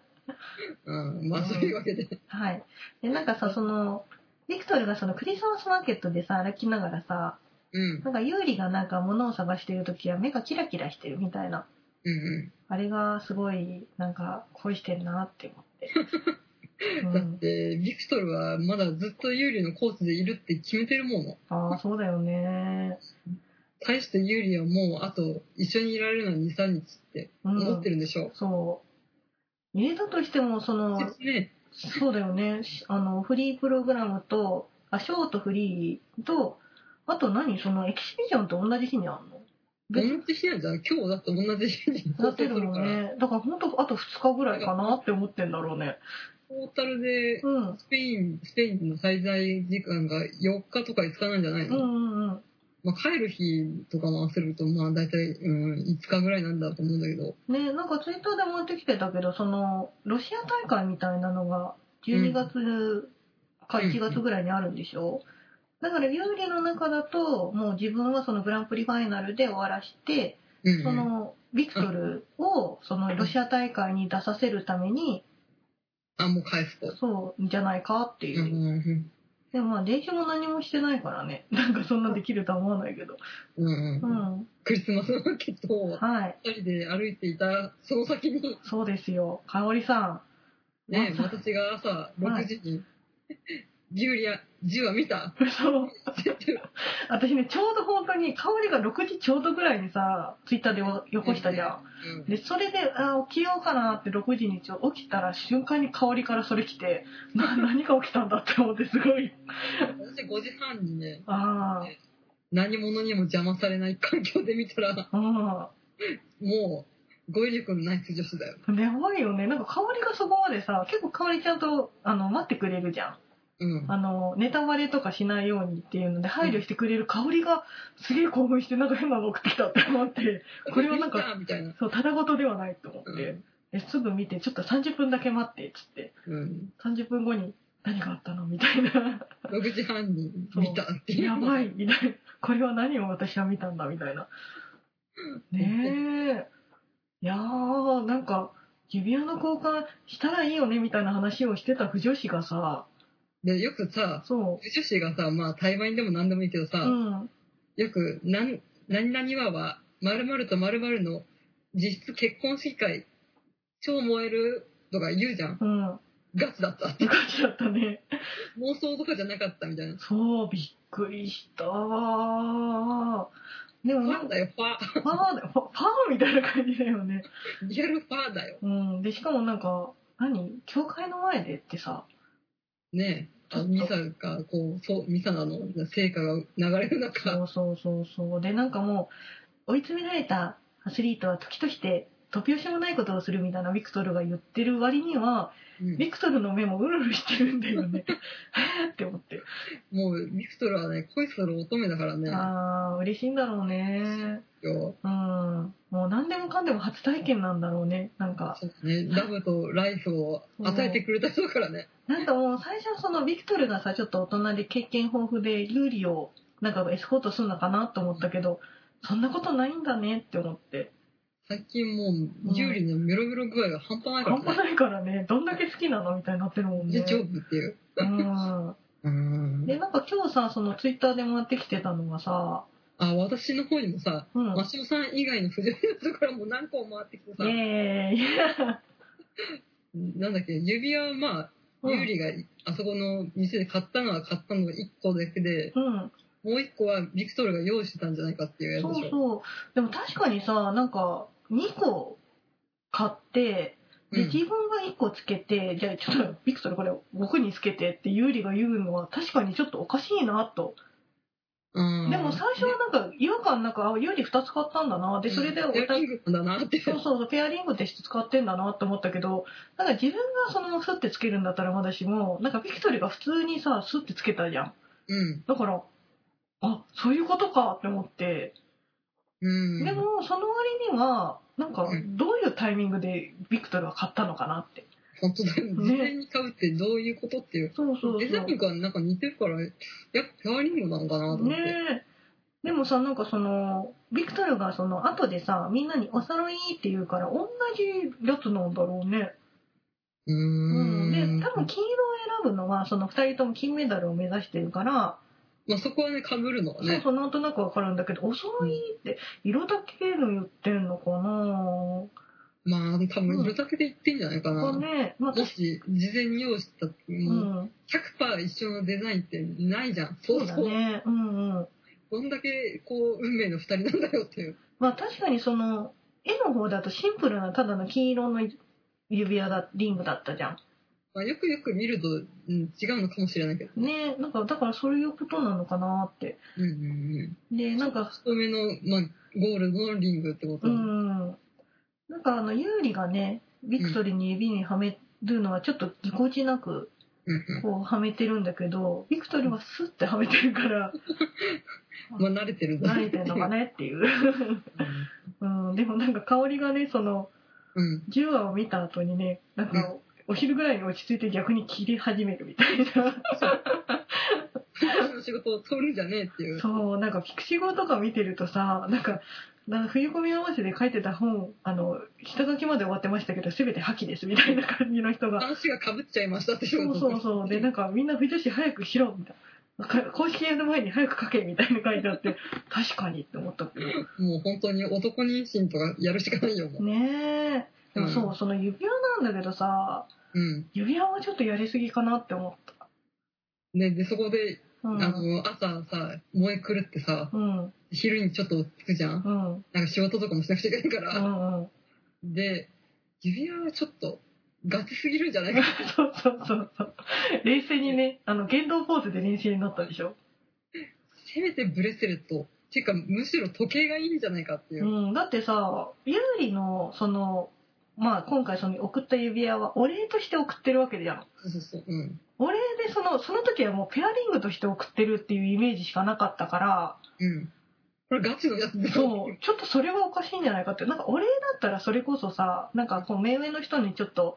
A: うん、まあそういうわ けで、
B: はい。で、なんかさ、その、ビクトルがそのクリスマスマーケットでさ、歩きながらさ、
A: うん、
B: なんかユーリがなんか物を探してる時は目がキラキラしてるみたいな。
A: うん、う。
B: あれがすごい、なんか恋してるなって思って。うん
A: だって、ビクトルはまだずっとユーリのコースでいるって決めてるもの。
B: ああ、そうだよね。
A: 対してユーリはもうあと一緒にいられるのは2、3日って
B: う
A: 思っ
B: ん
A: て。るんでしょ
B: そう。入れたとしても、その
A: う。、ですね、
B: そうだよね。しあの、フリープログラムと、あ、ショートフリーと、あと何そのエキシビジョンと同じ日にあんの
A: 同
B: 別に
A: じ日なんじゃん。今日だって同じ日に
B: や
A: 放送
B: っ
A: す
B: てる
A: る
B: も
A: か
B: ん
A: ら、
B: ね。だから本当あと2日ぐらいかなって思ってんだろうね。
A: トータルで
B: うん。
A: スペイン、スペインの滞在時間が4日とか5日なんじゃない
B: うんう
A: の、
B: んうん。
A: まあ、帰る日とかも焦ると、まあ、大体、うん、5日ぐらいなんだと思うんだけど、
B: ねなんかツイッターでもやってきてたけどそのロシア大会みたいなのが12月か
A: うん
B: 1月ぐらいにあるんでしょ、だから有利の中だともう自分はそのグランプリファイナルで終わらして
A: うん、
B: そのビクトルをそのロシア大会に出させるために
A: あ、もう返すと。
B: そうじゃないかって
A: う
B: い
A: ん
B: う、
A: うん
B: でもまあ練習も何もしてないからね なんかそんなできるとは思わないけど
A: うん
B: う
A: うん
B: ん
A: クリスマスマーケットを
B: はい
A: 二人で歩いていたその先に、
B: そうですよかおりさん
A: ね、
B: まさ
A: 私が朝6時に、ジュリア、ジュは見た
B: そう私ねちょうど本当に香りが6時ちょうどぐらいにさツイッターでよよこしたじゃん、
A: うん
B: でそれであ起きようかなって6時に一応起きたら瞬間に香りからそれ来てな何が起きたんだって思ってすごい
A: 私5時半にね、
B: あ
A: 何者にも邪魔されない環境で見たら、
B: あうん
A: もう、語彙力のない不女子だよ。
B: やばいよねなんか香りがそこまでさ結構香りちゃんとあの待ってくれるじゃん
A: うん。
B: あのネタバレとかしないようにっていうので配慮してくれる香りがすげえ興奮してなんか変なの送ってきたって思って これはなんか
A: 見たみたいな。
B: そうただごとではないと思って、
A: うん
B: ですぐ見てちょっと30分だけ待ってっつって
A: うん。
B: 30分後に何があったのみたいな
A: 6時半に見たっていう。
B: やばいみたいなこれは何を私は見たんだみたいなねえいやーなんか指輪の交換したらいいよねみたいな話をしてた不女子がさ
A: で、よくさ、
B: そ
A: 不女子がさ、まあ、台湾でも何でもいいけどさ、
B: ううん
A: よく、なん何々はは、〇〇と〇〇の実質結婚式会、超燃えるとか言うじゃん。
B: うんっ
A: ガチだったって
B: て。感じだったね
A: 妄想とかじゃなかったみたいな。
B: そうびっくりしたわーでも
A: フ
B: な
A: ァ
B: ん
A: ー
B: か
A: だよ、ファ
B: ファーだファファーみたいな感じだよね
A: ー。リアルファーだよ。
B: うん、でしかもなんか何教会の前でってさ
A: ねえ。あミサが、こう、そう、ミサなの、成果が流れる中、
B: そうそうそうそうでなんかもう追い詰められたアスリートは時として突拍子もないことをするみたいなビクトルが言ってる割には
A: うん
B: ビクトルの目もうるうるしてるんだ よねえーって思って
A: もう、ビクトルはね、恋する乙女だからね。
B: ああ嬉しいんだろうね
A: よ
B: うんもう何でもかんでも初体験なんだろうねなんか
A: そうね、ラブとライフを与えてくれた人だからね。
B: なんかもう最初はそのビクトルがさちょっと大人で経験豊富で有利をなんかエスコートするのかなと思ったけどそんなことないんだねって思って
A: 最近もう、ジュリーのメロメロ具合が半端ないか
B: 半
A: ら
B: 端
A: ね。
B: ないからねどんだけ好きなのみたいになってるもんね
A: で、ジョブっていう。
B: うん
A: うん
B: でなんか今日さそのツイッターでもらってきてたのがさ、
A: あ、私の方にもさ、
B: うん、
A: マシオさん以外の不条理なところも何個も回ってきてさ
B: イ、エーイ
A: なんだっけ、指輪はまあ、
B: うん
A: ユーリがあそこの店で買ったのは買ったのが1個だけで、
B: うん
A: もう1個はビクトルが用意してたんじゃないかっていうやつ
B: そ
A: でし
B: う
A: ょ。
B: そうでも確かにさなんか2個買って
A: う
B: で
A: ん
B: 自分が1個つけて、じゃあちょっとビクトルこれ僕につけてって有利が言うのは確かにちょっとおかしいなと、
A: うん
B: でも最初はなんか違和感なんかあ有利2つ買ったんだなでそれでお
A: うんペア
B: 互
A: リ
B: い
A: ングなんだなって。
B: そうそうペアリングでして使ってんだなって思ったけどなんか自分がそのスッてつけるんだったらまだしもなんかビクトルが普通にさスッてつけたじゃん
A: うん。
B: だからあそういうことかって思って
A: うん。
B: でもその割にはなんか
A: うん
B: どういうタイミングでビクトルは買ったのかなって
A: 本当だよね。
B: ね
A: 事前に買うってどういうことっていう。
B: そうそうそう
A: デザインがなんか似てるから、やっぱペアリングなのかなと思って。
B: ねえでもさなんかそのビクトルがその後でさみんなに「お揃い」って言うから同じやつなんだろうね、
A: うー
B: うん、
A: ん。
B: で多分黄色を選ぶのはその2人とも金メダルを目指してるから、
A: まあそこはね、被るのは
B: そう
A: ね。
B: そうなんとなくわかるんだけど「お揃い」って色だけの言ってんのかな
A: まあ多分色だけで言ってんじゃないかな。
B: かねまあ
A: もし、事前に用意した、もう
B: うん、
A: 100%一緒のデザインってないじゃん。そ
B: そう
A: う
B: だ
A: そう。
B: ねうんうん
A: どんだけ、こう、運命の二人なんだよっていう。
B: まあ確かにその絵の方だとシンプルなただの金色の指輪だリングだったじゃん
A: まあよくよく見ると、うん、違うのかもしれないけど。
B: ねなんかだからそういうことなのかなって
A: うんうんうん。
B: でなんか
A: 太めの、まあ、ゴールドのリングってこと
B: う
A: だね
B: んなんかあのユーリがねビクトリーに指にはめるのはちょっとぎこちなく
A: うん
B: こうはめてるんだけど、ビクトルはスッてはめて るから、
A: うん。まあ、慣れてるんだ
B: 慣れてるの かねっていう。 うん、でもなんか香りがね、その、
A: うん。
B: 10話を見た後にね、なん
A: う
B: か、お昼ぐらいに落ち着いて逆に切り始めるみたいな。
A: 私の仕事を取るんじゃねえっていう。
B: そう、なんかピクシゴとか見てるとさ、なんか、なんか冬込み合わせで書いてた本、あの、下書きまで終わってましたけど、すべて破棄ですみたいな感じの人 が。
A: 話がかぶっちゃいましたって
B: そ
A: 人
B: う
A: が
B: そうそう。で、なんかみんな不女子早くしろみたいな。か公式やる前に早く書けみたいな書いてあって、確かにって思ったけど。
A: もう本当に男妊娠とかやるしかないよ、もう。
B: ねえ。でもそう、その指輪なんだけどさ、
A: うん。
B: 指輪はちょっとやりすぎかなって思った。
A: ね、で、そこで、
B: う
A: あ
B: ん。
A: の、朝さ、燃え狂ってさ、
B: うん。
A: 昼にちょっと落ち着くじゃん
B: うん。
A: なんか仕事とかもしなくちゃいけないか
B: う
A: ら。
B: んうん。
A: で、指輪はちょっと、ガチすぎるんじゃ ないか。
B: そうそうそうそう。冷静にね、あの、言動ポーズで冷静になったでしょ。
A: せめてブレスレット。っていうか、むしろ時計がいいんじゃないかっていう。
B: うん、だってさ、ユーリの、その、まあ今回その送った指輪はお礼として送ってるわけじゃん。
A: そうそうそう。うん。
B: お礼でその、その時はもうペアリングとして送ってるっていうイメージしかなかったから、
A: うん。これガチのやつだ
B: そう、ちょっとそれはおかしいんじゃないかって。なんかお礼だったらそれこそさ、なんかこう目上の人にちょっと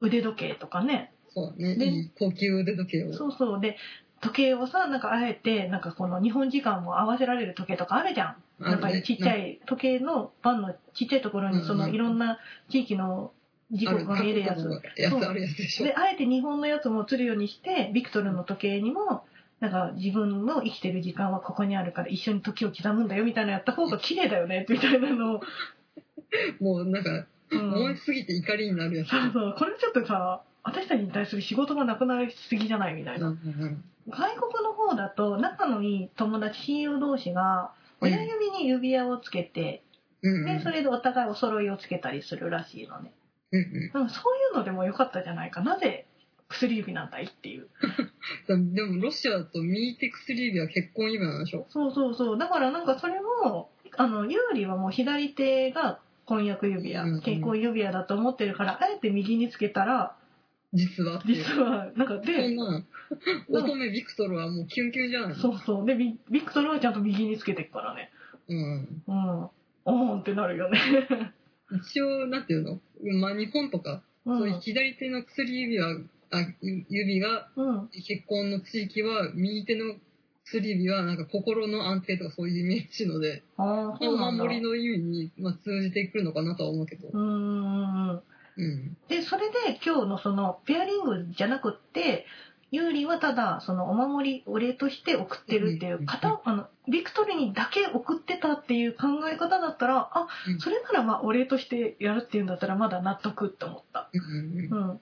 B: 腕時計とかね、
A: そうだね。
B: で
A: いい高級腕時計を。
B: そうそう。で、時計をさ、なんかあえて、なんかこの日本時間も合わせられる時計とかあるじゃん。なんかちっちゃ
A: い。
B: い時計の盤のちっちゃいところにそ
A: うん
B: の
A: うん
B: いろんな地域の時刻が見えるやつ。
A: やつあるやつでしょ。
B: で、あえて日本のやつも映るようにして、ビクトルの時計にも、なんか自分の生きてる時間はここにあるから一緒に時を刻むんだよみたいなのやった方が綺麗だよねみたいなのを。
A: もうなんか、
B: う
A: 燃え
B: ん、
A: すぎて怒りになるやつ。
B: そうそう。これちょっとさ、私たちに対する仕事がなくなりすぎじゃないみたいな。
A: うん
B: 外国の方だと仲のいい友達、親友同士が、親指に指輪をつけて、
A: うん
B: で、それでお互いお揃いをつけたりするらしいのね。
A: うんうん
B: なんかそういうのでも良かったじゃないか。なぜ薬指なんだいっていう。
A: うんでもロシアだと右手薬指は結婚指輪なんでしょ
B: そうそうそう。だからなんかそれも、あの、有利はもう左手が婚約指輪
A: うんうん、
B: 結婚指輪だと思ってるから、あえて右につけたら、
A: 実はっていう。
B: 実は、なんか
A: そ
B: で
A: ん、な、乙女ビクトルはもうキュンキュンじゃないの
B: そうそう。で、ビビクトルはちゃんと右につけてくからね。
A: うん。
B: うん。おーんってなるよね。
A: 一応、なんていうのまあ日本とか、
B: う。
A: そういうん左手の薬指は、あ、ゆ指が
B: うん。
A: 結婚の地域は、右手の薬指はなんか心の安定とかそういうイメージので、
B: ああ、
A: まあ
B: そうな
A: お
B: んだ。
A: 守り
B: う
A: の意味に、まあ、通じてくるのかなとは思うけど。
B: ーん。
A: うん。
B: で、それで今日のそのペアリングじゃなくって、ユーリはただそのお守りお礼として送ってるってい
A: うんうんうん
B: う片あのビクトリーにだけ送ってたっていう考え方だったらあ
A: うん
B: それならまあお礼としてやるっていうんだったらまだ納得って思った、
A: うんうんうん
B: うん、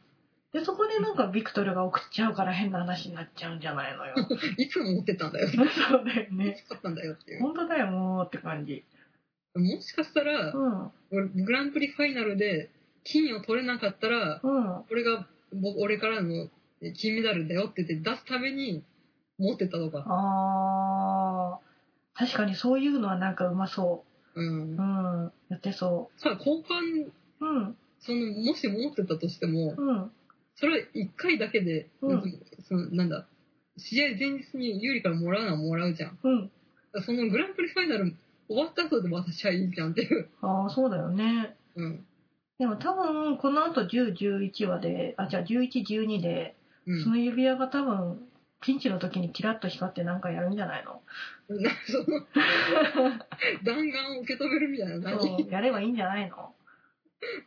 B: でそこでなんかビクトルが送っちゃうから変な話になっちゃうんじゃないの よそ
A: いつ持ってたんだよ。
B: うだよね
A: 使ったんだよっていう。
B: 本当だよもうって感じ
A: もしかしたら
B: う、ん
A: グランプリファイナルで金を取れなかったら、
B: うん
A: これが僕、俺からの金メダルだよって言って出すために持ってたとか。。
B: あー確かにそういうのはなんかうまそうううんんやってそ
A: さあ、交換、
B: ううん
A: その、もし持ってたとしても、
B: うん
A: それは1回だけで、
B: うん
A: その、なんだ、試合前日に有利からもらうのはもらうじゃん。
B: うん。
A: そのグランプリファイナル終わった後で渡しゃいいじゃんっていう。
B: ああ、そうだよね。
A: うん。
B: でも多分、この後10、11話で、あ、じゃあ11、12で、
A: う
B: そ
A: ん。
B: の指輪が多分、ピンチの時にキラッと光ってなんかやるんじゃないの
A: なんかそ の、弾丸を受け止めるみたいな、何
B: そう、やればいいんじゃないの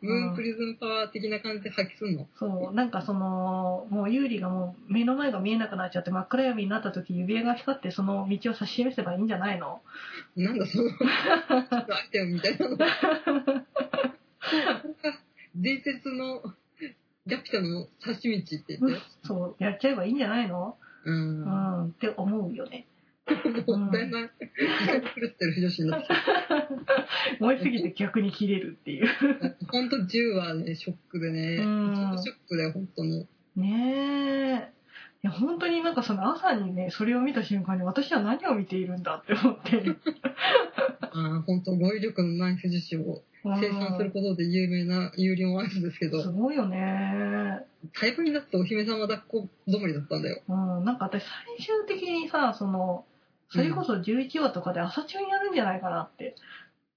A: ムーンプリズムパワー的な感じで発揮すんの。
B: そう、なんかその、もう有利がもう目の前が見えなくなっちゃって真っ暗闇になった時指輪が光ってその道を指し示せばいいんじゃないの
A: なんだその、アイテムみたいなの。伝説の、ラピュタの刺身地って言って、
B: そう、やっちゃえばいいんじゃないの
A: うん
B: う、ん、って思うよね。
A: もったいない。狂ってる女子になってき
B: 燃えすぎて逆に切れるっていう。
A: た。ほんと10はね、ショックでね、
B: うん
A: ちょっとショックだよ、ほんとに。
B: ねえ。いや、本当になんかその朝にね、それを見た瞬間に私は何を見ているんだって思って。
A: ああ、ほんと語彙力のない不女子を
B: うん
A: 生産することで有名なユーリオンアイスですけ
B: す
A: ど、
B: ごいよね
A: タイプになってお姫様抱っこ止まりだったんだよ。
B: うん、なんか私最終的にさ、その、それこそ11話とかで朝中にやるんじゃないかなって。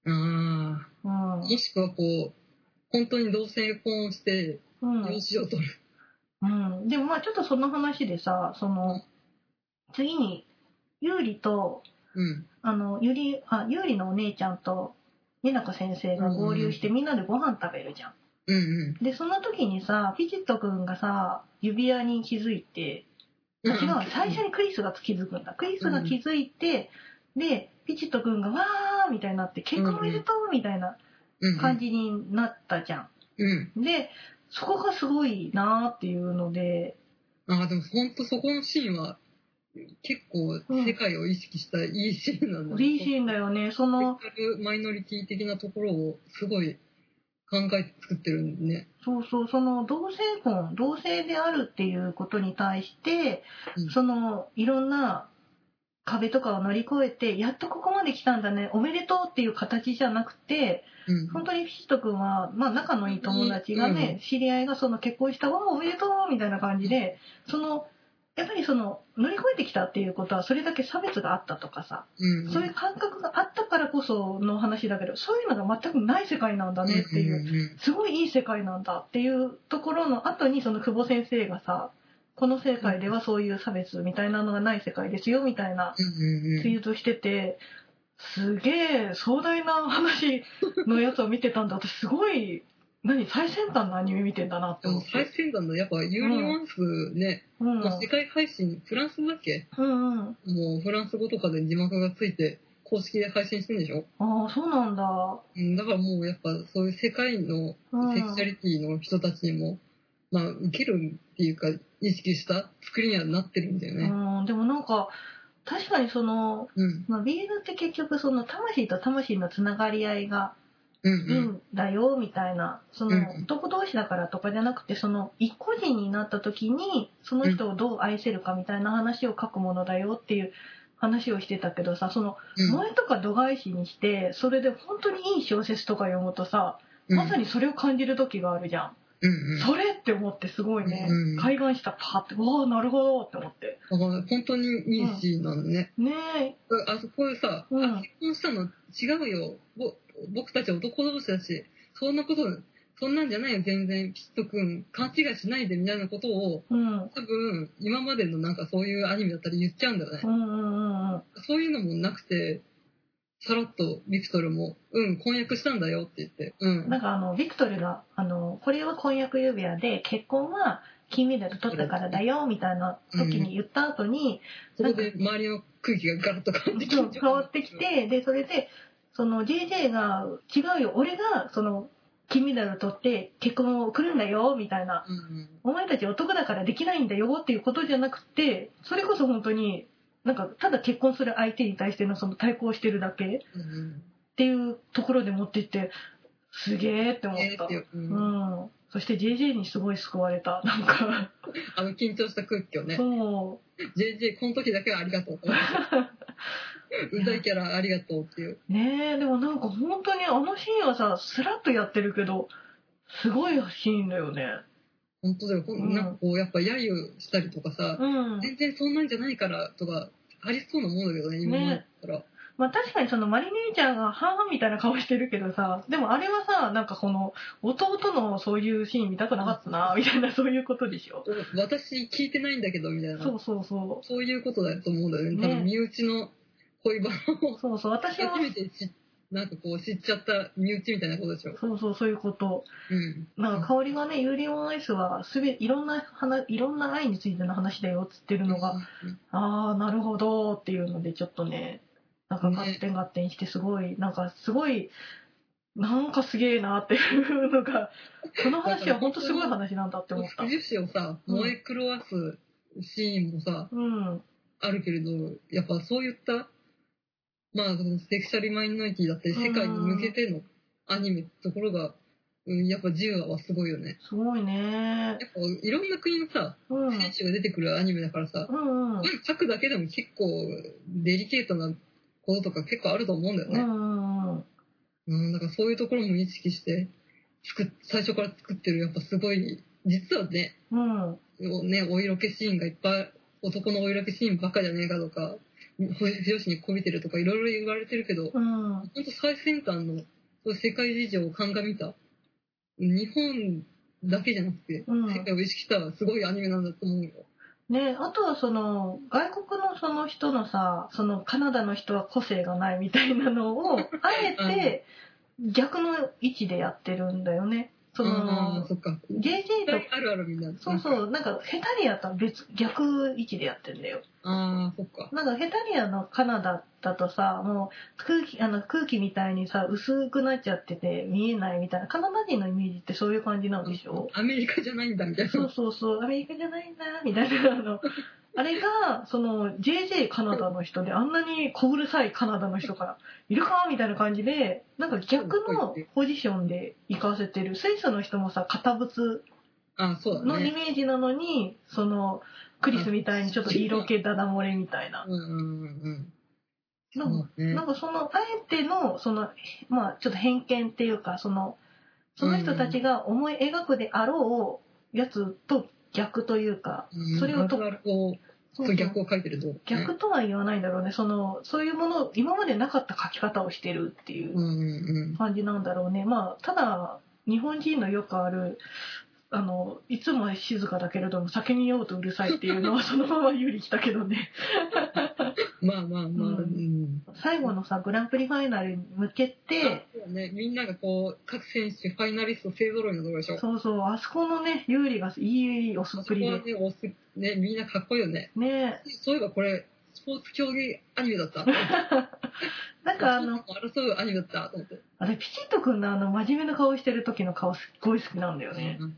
A: あ
B: うん。
A: あ。もしくはこう、本当に同性婚をして、
B: うん
A: 養。子を取る。
B: うん。でもまあちょっとその話でさ、その、次に、ゆうりと、
A: うん。
B: あの、ゆり、あ、ゆうりのお姉ちゃんと、美奈子先生が合流してみんなでご飯食べるじゃん。
A: うん
B: で、その時にさ、ピチットくんがさ、指輪に気づいて、
A: うん。
B: 違うわ最初にクリスが気づくんだクリスが気づいて、でピチットくんが「わー」みたいになって「結婚おめでとう」みたいな
A: に
B: 感。じになったじゃ
A: うん。
B: ん、でそこがすごいなーっていうので
A: ああ、でも本当そこのシーンは、結構世界を意識したいいシーンなんだ
B: いいシーンだ
A: よ。
B: よねその
A: セクシャルマイノリティ的なところをすごい考えて作ってるんでね。
B: そうそうその同性婚同性であるっていうことに対して、
A: うん
B: そのいろんな壁とかを乗り越えてやっとここまで来たんだねおめでとうっていう形じゃなくて
A: うん。
B: 本当にフィシト君は、まあ、仲のいい友達がね、知り合いがその結婚したわあおめでとうみたいな感じでそのやっぱりその乗り越えてきたっていうことはそれだけ差別があったとかさ、
A: うん。
B: そういう感覚があったからこその話だけどそういうのが全くない世界なんだねっていう、
A: う
B: すごいいい世界なんだっていうところの後にその久保先生がさこの世界ではそういう差別みたいなのがない世界ですよみたいなん
A: うんうん。
B: ツイートしてて、すげえ壮大な話のやつを見てたんで、私すごい、何、最先端のアニメ見てんだなって
A: で
B: 思
A: も
B: っ
A: 最
B: て。
A: 先端のやっぱユーリオンスね、
B: うん、
A: もう世界配信、フランスだっけ
B: うんうん。
A: もうフランス語とかで字幕がついて公式で配信してるんでしょ
B: ああ、そうなんだ。
A: うんだからもうやっぱそういう世界の
B: うん
A: セクシャリティの人たちにも、まあ受けるっていうか意識した作りにはなってるんだよね。
B: うん、でもなんか、確かにその、
A: うん。
B: まあ、ビールって結局その魂と魂のつながり合いが
A: うん
B: いいんだよみたいな、その
A: うん
B: 男同士だからとかじゃなくてその一個人になった時にその人をどう愛せるかみたいな話を書くものだよっていう話をしてたけどさその
A: うん。
B: 萌えとか度外視にしてそれで本当にいい小説とか読むとさ
A: うん
B: まさにそれを感じる時があるじゃん、
A: うんうん。
B: それって思ってすごいね、
A: うん
B: 開眼したパーってわあなるほどって思って
A: だから本当にいいシーンなんだね。
B: ねえ
A: あそこでさ、
B: うん
A: あ結婚したの違うよ。ぼ僕たち男同士だし、そんなこと、そんなんじゃないよ、全然。ピット君、勘違いしないでみたいなことを、
B: うん
A: 多分、今までのなんかそういうアニメだったら言っちゃうんだよね
B: う。んうんうん
A: そういうのもなくて、さらっとビクトルも、うん、婚約したんだよって言って、う
B: うん
A: ん。
B: なんかあのビクトルがあのこれは婚約指輪で結婚は金メダル取ったからだよみたいな時に言った後に、
A: そこで周りの空気がガラッと変わってきて
B: そう変わってき、てでそれでその JJ が「違うよ俺がその金メダル取って結婚を送るんだよ」みたいな
A: うんうん、
B: 「お前たち男だからできないんだよ」っていうことじゃなくてそれこそ本当になんかただ結婚する相手に対してのその対抗してるだけっ
A: うん
B: ていうところで持ってってすげえって
A: うん。
B: 思っ
A: えー
B: た
A: って。いうう、
B: うんん、そして JJ にすごい救われたなんか
A: あの緊張した空気をね、
B: そう
A: JJ、この時だけはありがとう。うざいキャラありがとうっていう。
B: ねえでもなんか本当にあのシーンはさスラッとやってるけどすごいシーンだよね
A: 本当だよ、ほ
B: うん
A: んなんかこう、やっぱ揶揄したりとかさ、
B: うん
A: 全然そんなんじゃないからとか、ありそうなもんだけどね、今までだったら。
B: まあ確かにそのマリ姉ちゃんが半々みたいな顔してるけどさでもあれはさなんかこの弟のそういうシーン見たくなかったなみたいなそういうことでしょ
A: お私聞いてないんだけど、みたいな。
B: そうそうそ
A: そういうことだと思うんだよね。多
B: ね
A: 分身内の恋バナ
B: う
A: を
B: そうそう 私は
A: 初めて知なんかこう知っちゃった身内みたいなことでしょ。
B: そうそうそういうこと
A: うん。
B: なんか香りがね、ユーリオンアイスはすべいろんな話いろんな愛についての話だよっつってるのが、ああなるほどっていうのでちょっとねなんか
A: ね
B: ガッテンガッテンしてすごいなんかすごいなんかすげえなっていうのがこの話は本当すごい話なんだって思った
A: 副。樹脂をさ、
B: うん
A: 燃え狂わすシーンもさ、
B: うん、
A: あるけれど、やっぱそういった、まあ、そのセクシャルマイノリティだって世界に向けてのアニメってところが、うん、やっぱ10話はすごいよね。
B: すごいね。
A: やっぱいろんな国のさ、
B: うん、う
A: 選手が出てくるアニメだからさ、
B: ん、うん、
A: 書くだけでも結構デリケートなこととか結構あると思うんだよ
B: う
A: ね。
B: ん、うん。
A: うん、なんかそういうところも意識して、作っ最初から作ってる、やっぱすごい、実はね、
B: うん。
A: もうね、お色気シーンがいっぱい、男のお色気シーンばっかじゃねえかとか、ほ女子に媚びてるとかいろいろ言われてるけど、
B: うん。
A: 本当最先端のそう世界事情を鑑みた、日本だけじゃなくて、
B: うん
A: 世界を意識したすごいアニメなんだと思うよ。
B: ねあとはその外国のその人のさそのカナダの人は個性がないみたいなのをあえて逆の位置でやってるんだよね。そ
A: ああ
B: の
A: ー、そっか。
B: JJ
A: 絶対あるあるみんな。
B: とそうそうなんかヘタリアとは別逆位置でやってんだよ。
A: ああ、そっか。
B: なんかヘタリアのカナダだとさもう空気あの空気みたいにさ薄くなっちゃってて見えないみたいなカナダ人のイメージってそういう感じなんでしょ、
A: アメリカじゃないんだみたいな。
B: そうそうそう、アメリカじゃないんだ、みたいな、あの、あれが、その、JJ カナダの人で、あんなに小うるさいカナダの人から、いるかみたいな感じで、なんか逆のポジションで行かせてる。スイスの人もさ、堅物
A: ああ、そうだ
B: のイ
A: ね。
B: メージなのに、その、クリスみたいにちょっと色気ダダ漏れみたいな。
A: うんうんうんうん。
B: なんか
A: そうね
B: なんかそのあえてのそのまあちょっと偏見っていうかそのその人たちが思い描くであろうやつと逆というか
A: うん
B: それをと
A: あるあるを
B: そ
A: そうう逆を書いてると、ね。
B: 逆とは言わないんだろうねそのそういうもの今までなかった書き方をしてるっていう
A: うんうん
B: 感じなんだろうねまあただ日本人のよくあるあのいつもは静かだけれども酒に酔うとうるさいっていう のはそのまま有利来たけどね
A: うん。まあまあまあ。
B: うん
A: うん
B: 最後のさグランプリファイナルに向けて
A: そうね、みんながこう、各選手、ファイナリスト勢ぞろいのところでしょ。
B: そうそう、あそこのね、有利がいいおすっ
A: そこ
B: ぷり
A: は
B: で。
A: ね、押す、ね、みんなかっこいいよね。
B: ね
A: そういえばこれ、スポーツ競技アニメだった。
B: なんかあの、
A: 争うアニメだったと思って。
B: あれ、ピチッとくんのあの、真面目な顔してる時の顔すっごい好きなんだよね。
A: うん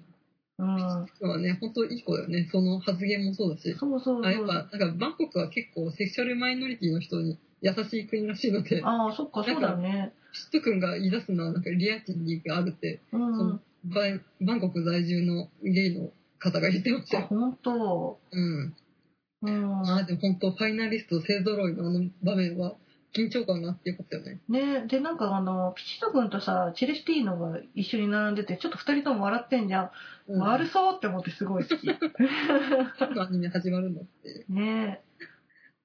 B: うん。
A: 今はね、本当いい子だよね。その発言もそうだし。
B: そうそう
A: あや
B: そ
A: っ
B: う。
A: ぱ、なんか、バンコクは結構セクシャルマイノリティの人に優しい国らしいので、
B: ああ、そっか、そうだね。
A: シット君が言い出すのは、なんかリアリティがあるって、
B: う
A: そ
B: ん
A: の。バイバンコク在住のゲイの方が言ってました
B: あ、
A: よ。
B: ほんと。
A: うん。
B: うん。
A: まあ、でも本当、ファイナリスト勢ぞろいのあの場面は、緊張感があってよかったよね。
B: ねで、なんかあの、ピチッとくんとさ、チェレスティーノが一緒に並んでて、ちょっと二人とも笑ってんじゃん。
A: うん、
B: 悪そうって思ってすごい好 き。
A: いのアニメ始まるのって。
B: ね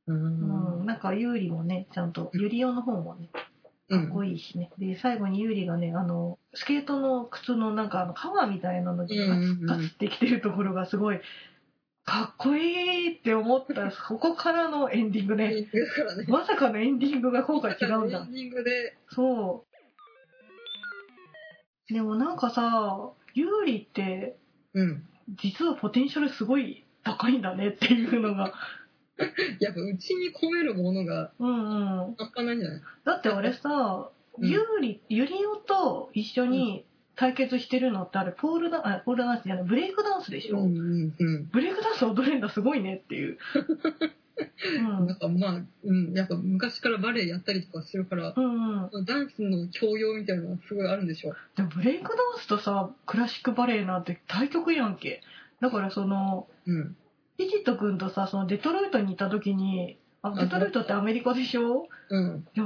A: う
B: うん。
A: ん。
B: なんか、ユーリもね、ちゃんと、ユリオの方もね、
A: う
B: かっ
A: ん。
B: こいいしね。で、最後にユーリがね、あの、スケートの靴のなんかあの、カバーみたいなのに
A: うん
B: ガ
A: うん
B: ツ
A: うん
B: ガツってきてるところがすごい、かっこいいって思ったら、そこからのエンディングね。
A: エンディングだからね。
B: まさかのエンディングが今回違うん
A: エ
B: だ
A: ン。ディングで、
B: そう。でもなんかさ、ユーリって、
A: うん。
B: 実はポテンシャルすごい高いんだねっていうのが。
A: やっぱ、うちに込めるものが
B: うんうん。
A: 半端ないんじゃない
B: だって俺さ、
A: うん
B: ユーリ、ユリオと一緒に対決してるのってあれ、ポールダン、あポールダンスじゃない、ブレイクダンスでしょ、
A: うんうんうん。
B: ブレイクダンス踊れんだすごいねっ ていう。うん。う
A: なん
B: ん
A: かまあ、うん、やっぱ昔からバレエやったりとかするから、
B: うん、
A: ダンスの教養みたいなのがすごいあるんでしょ。
B: でもブレイクダンスとさクラシックバレエなんて対局やんけだからその
A: うん。
B: ピジット君とさそのデトロイトにいた時にあデトロイトってアメリカでしょ
A: うん。
B: いや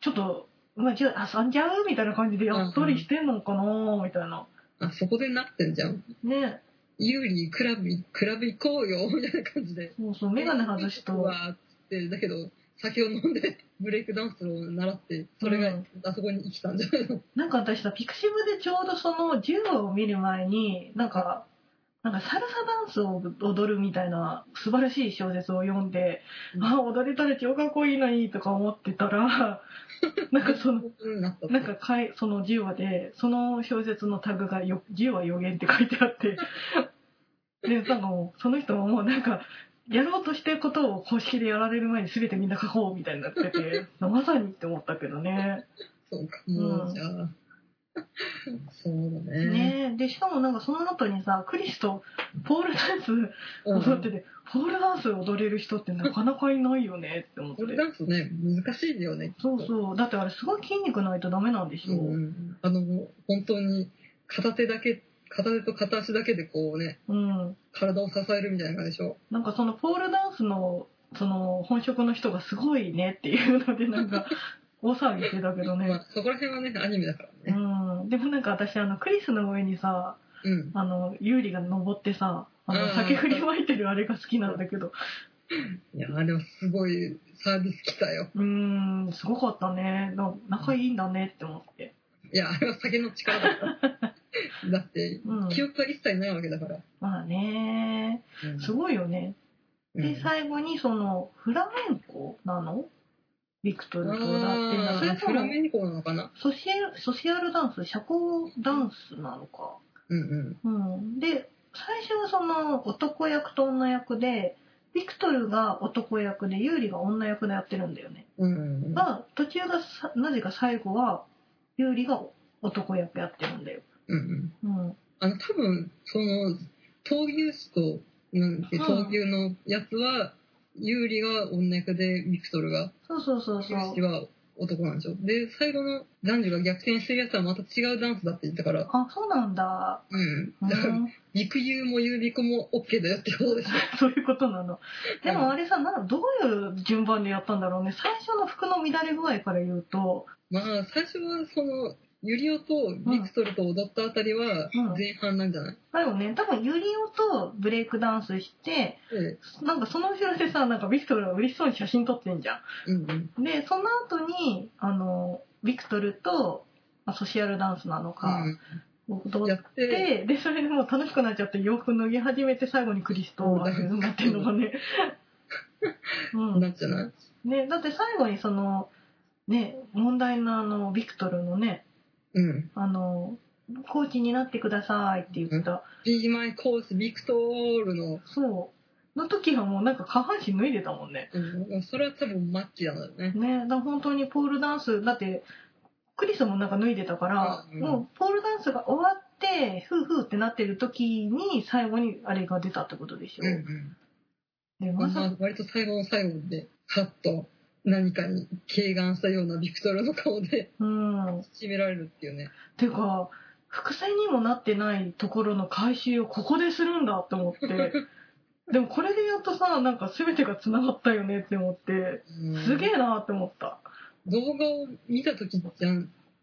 B: ちょっと、まあ、じゃあ遊んじゃうみたいな感じでやっとりしてんのかなみたいな
A: あ、そこでなってんじゃん。
B: ね
A: ユーリ、クラブ、クラブ行こうよ、みたいな感じで。
B: そうそう眼鏡外し
A: う
B: と
A: わーっつって、だけど、酒を飲んで、ブレイクダンスを習って、それ
B: う
A: が
B: ん
A: あそこに生きたんじゃないの。
B: なんか私さ、ピクシブでちょうどその10話を見る前に、なんか、なんかサルサダンスを踊るみたいな素晴らしい小説を読んで、
A: うん
B: ああ、踊れたら超かっこいいのにとか思ってた ら、なんかその、
A: うん、なった。
B: なんかかいその10話で、その小説のタグがよ10話予言って書いてあ って、で、なんかもう、その人ももうなんか、やろうとしてることを公式でやられる前に全てみんな書こうみたいになってて、まさにって思ったけどね。
A: そうか、も
B: うん
A: う、じゃあ。そうだね。
B: ねえでしかもなんかその後にさクリスとポールダンス
A: うん、
B: 踊ってて、ポールダンス踊れる人ってなかなかいないよねって思って
A: これダンスね、難しいよね。
B: そうそうだってあれすごい筋肉ないとダメなんでしょ、
A: う
B: うん
A: ん、あの本当に片手だけ片手と片足だけでこうね体を支えるみたいな感じでしょ
B: なんかそのポールダンスのその本職の人がすごいねっていうのでなんか大騒ぎしてたけど
A: ま
B: ね
A: あ、そこら辺はね、アニメだから
B: う
A: ね。
B: んでもなんか私あのクリスの上にさ
A: うん。
B: あの有利が登ってさあ
A: うんうん
B: の酒振りまいてるあれが好きなんだけど
A: いやー、でもすごいサービス来たよ。
B: うんすごかったねな仲いいんだねって思って
A: いや、あれは酒の力だ った。だって、
B: うん
A: 記憶が一切ないわけだから。
B: まあねすごいよね
A: うん
B: で最後にそのフラメンコなのビクトルとだっていうのはそ
A: あ
B: れ
A: ーフ
B: と
A: ラ
B: も
A: メンコなのかな
B: ソシエソシアルダンス社交ダンスなのか、
A: うんうん。
B: うん、で最初はその男役と女役でビクトルが男役でユーリが女役でやってるんだよね
A: うんうんうん。
B: が途中がさなぜか最後はユーリが男役やってるんだよ、
A: うんうん。
B: うん、
A: あの、多分、その、闘牛士と、なんて、
B: うん
A: 闘牛のやつは、有利が女役で、ビクトルが、
B: そうそうそうそ
A: 闘牛士
B: う
A: は男なんでしょ。で、最後の男女が逆転してるやつはまた違うダンスだって言ったから、
B: あそうなんだ、
A: うん。
B: う
A: だから、
B: ん、
A: 陸遊もユービコも OK だよってことでしょ。
B: そういうことなのでもあれさなどういう順番でやったんだろうね最初の服の乱れ具合から言うと
A: まあ、最初はその、ユリオとビクトルと踊ったあたりは
B: うん
A: 前半なんじゃない、
B: だよね多分ユリオとブレイクダンスして
A: で
B: なんかその後ろでさ、なんかビクトルが嬉しそうに写真撮ってんじゃ
A: うんうん。
B: ん。で、その後に、あの、ビクトルと、まあ、ソシアルダンスなのか、
A: うん、
B: 踊
A: や
B: っ
A: って、
B: て、で、それでもう楽しくなっちゃって洋服脱ぎ始めて、最後にクリスと
A: うん
B: ああいう風になってんのがね。うん。
A: なんじゃない
B: ね、だって最後にその、ね、問題のあの、ビクトルのね、
A: うん。
B: あの、コーチになってくださいって言った、
A: Be my coach, ビクトルの、
B: そう、の時はもうなんか下半身脱いでたもんね。
A: うん、それは多分マッチなんだよね。
B: ねだから本当にポールダンスだってクリスもなんか脱いでたから、
A: うん
B: もうポールダンスが終わってフーフーってなってる時に最後にあれが出たってことでしょ、
A: うん
B: で
A: うん。
B: ま
A: ま
B: さ
A: あ、割と最後の最後で、ハッと何かに軽眼したようなビクトルの顔で
B: うん
A: 締められるっていうね。
B: ていうか伏線にもなってないところの回収をここでするんだと思って でもこれでやっとさなんか全てが繋がったよねって思って
A: うん
B: すげえなって思った
A: 動画を見た時じゃ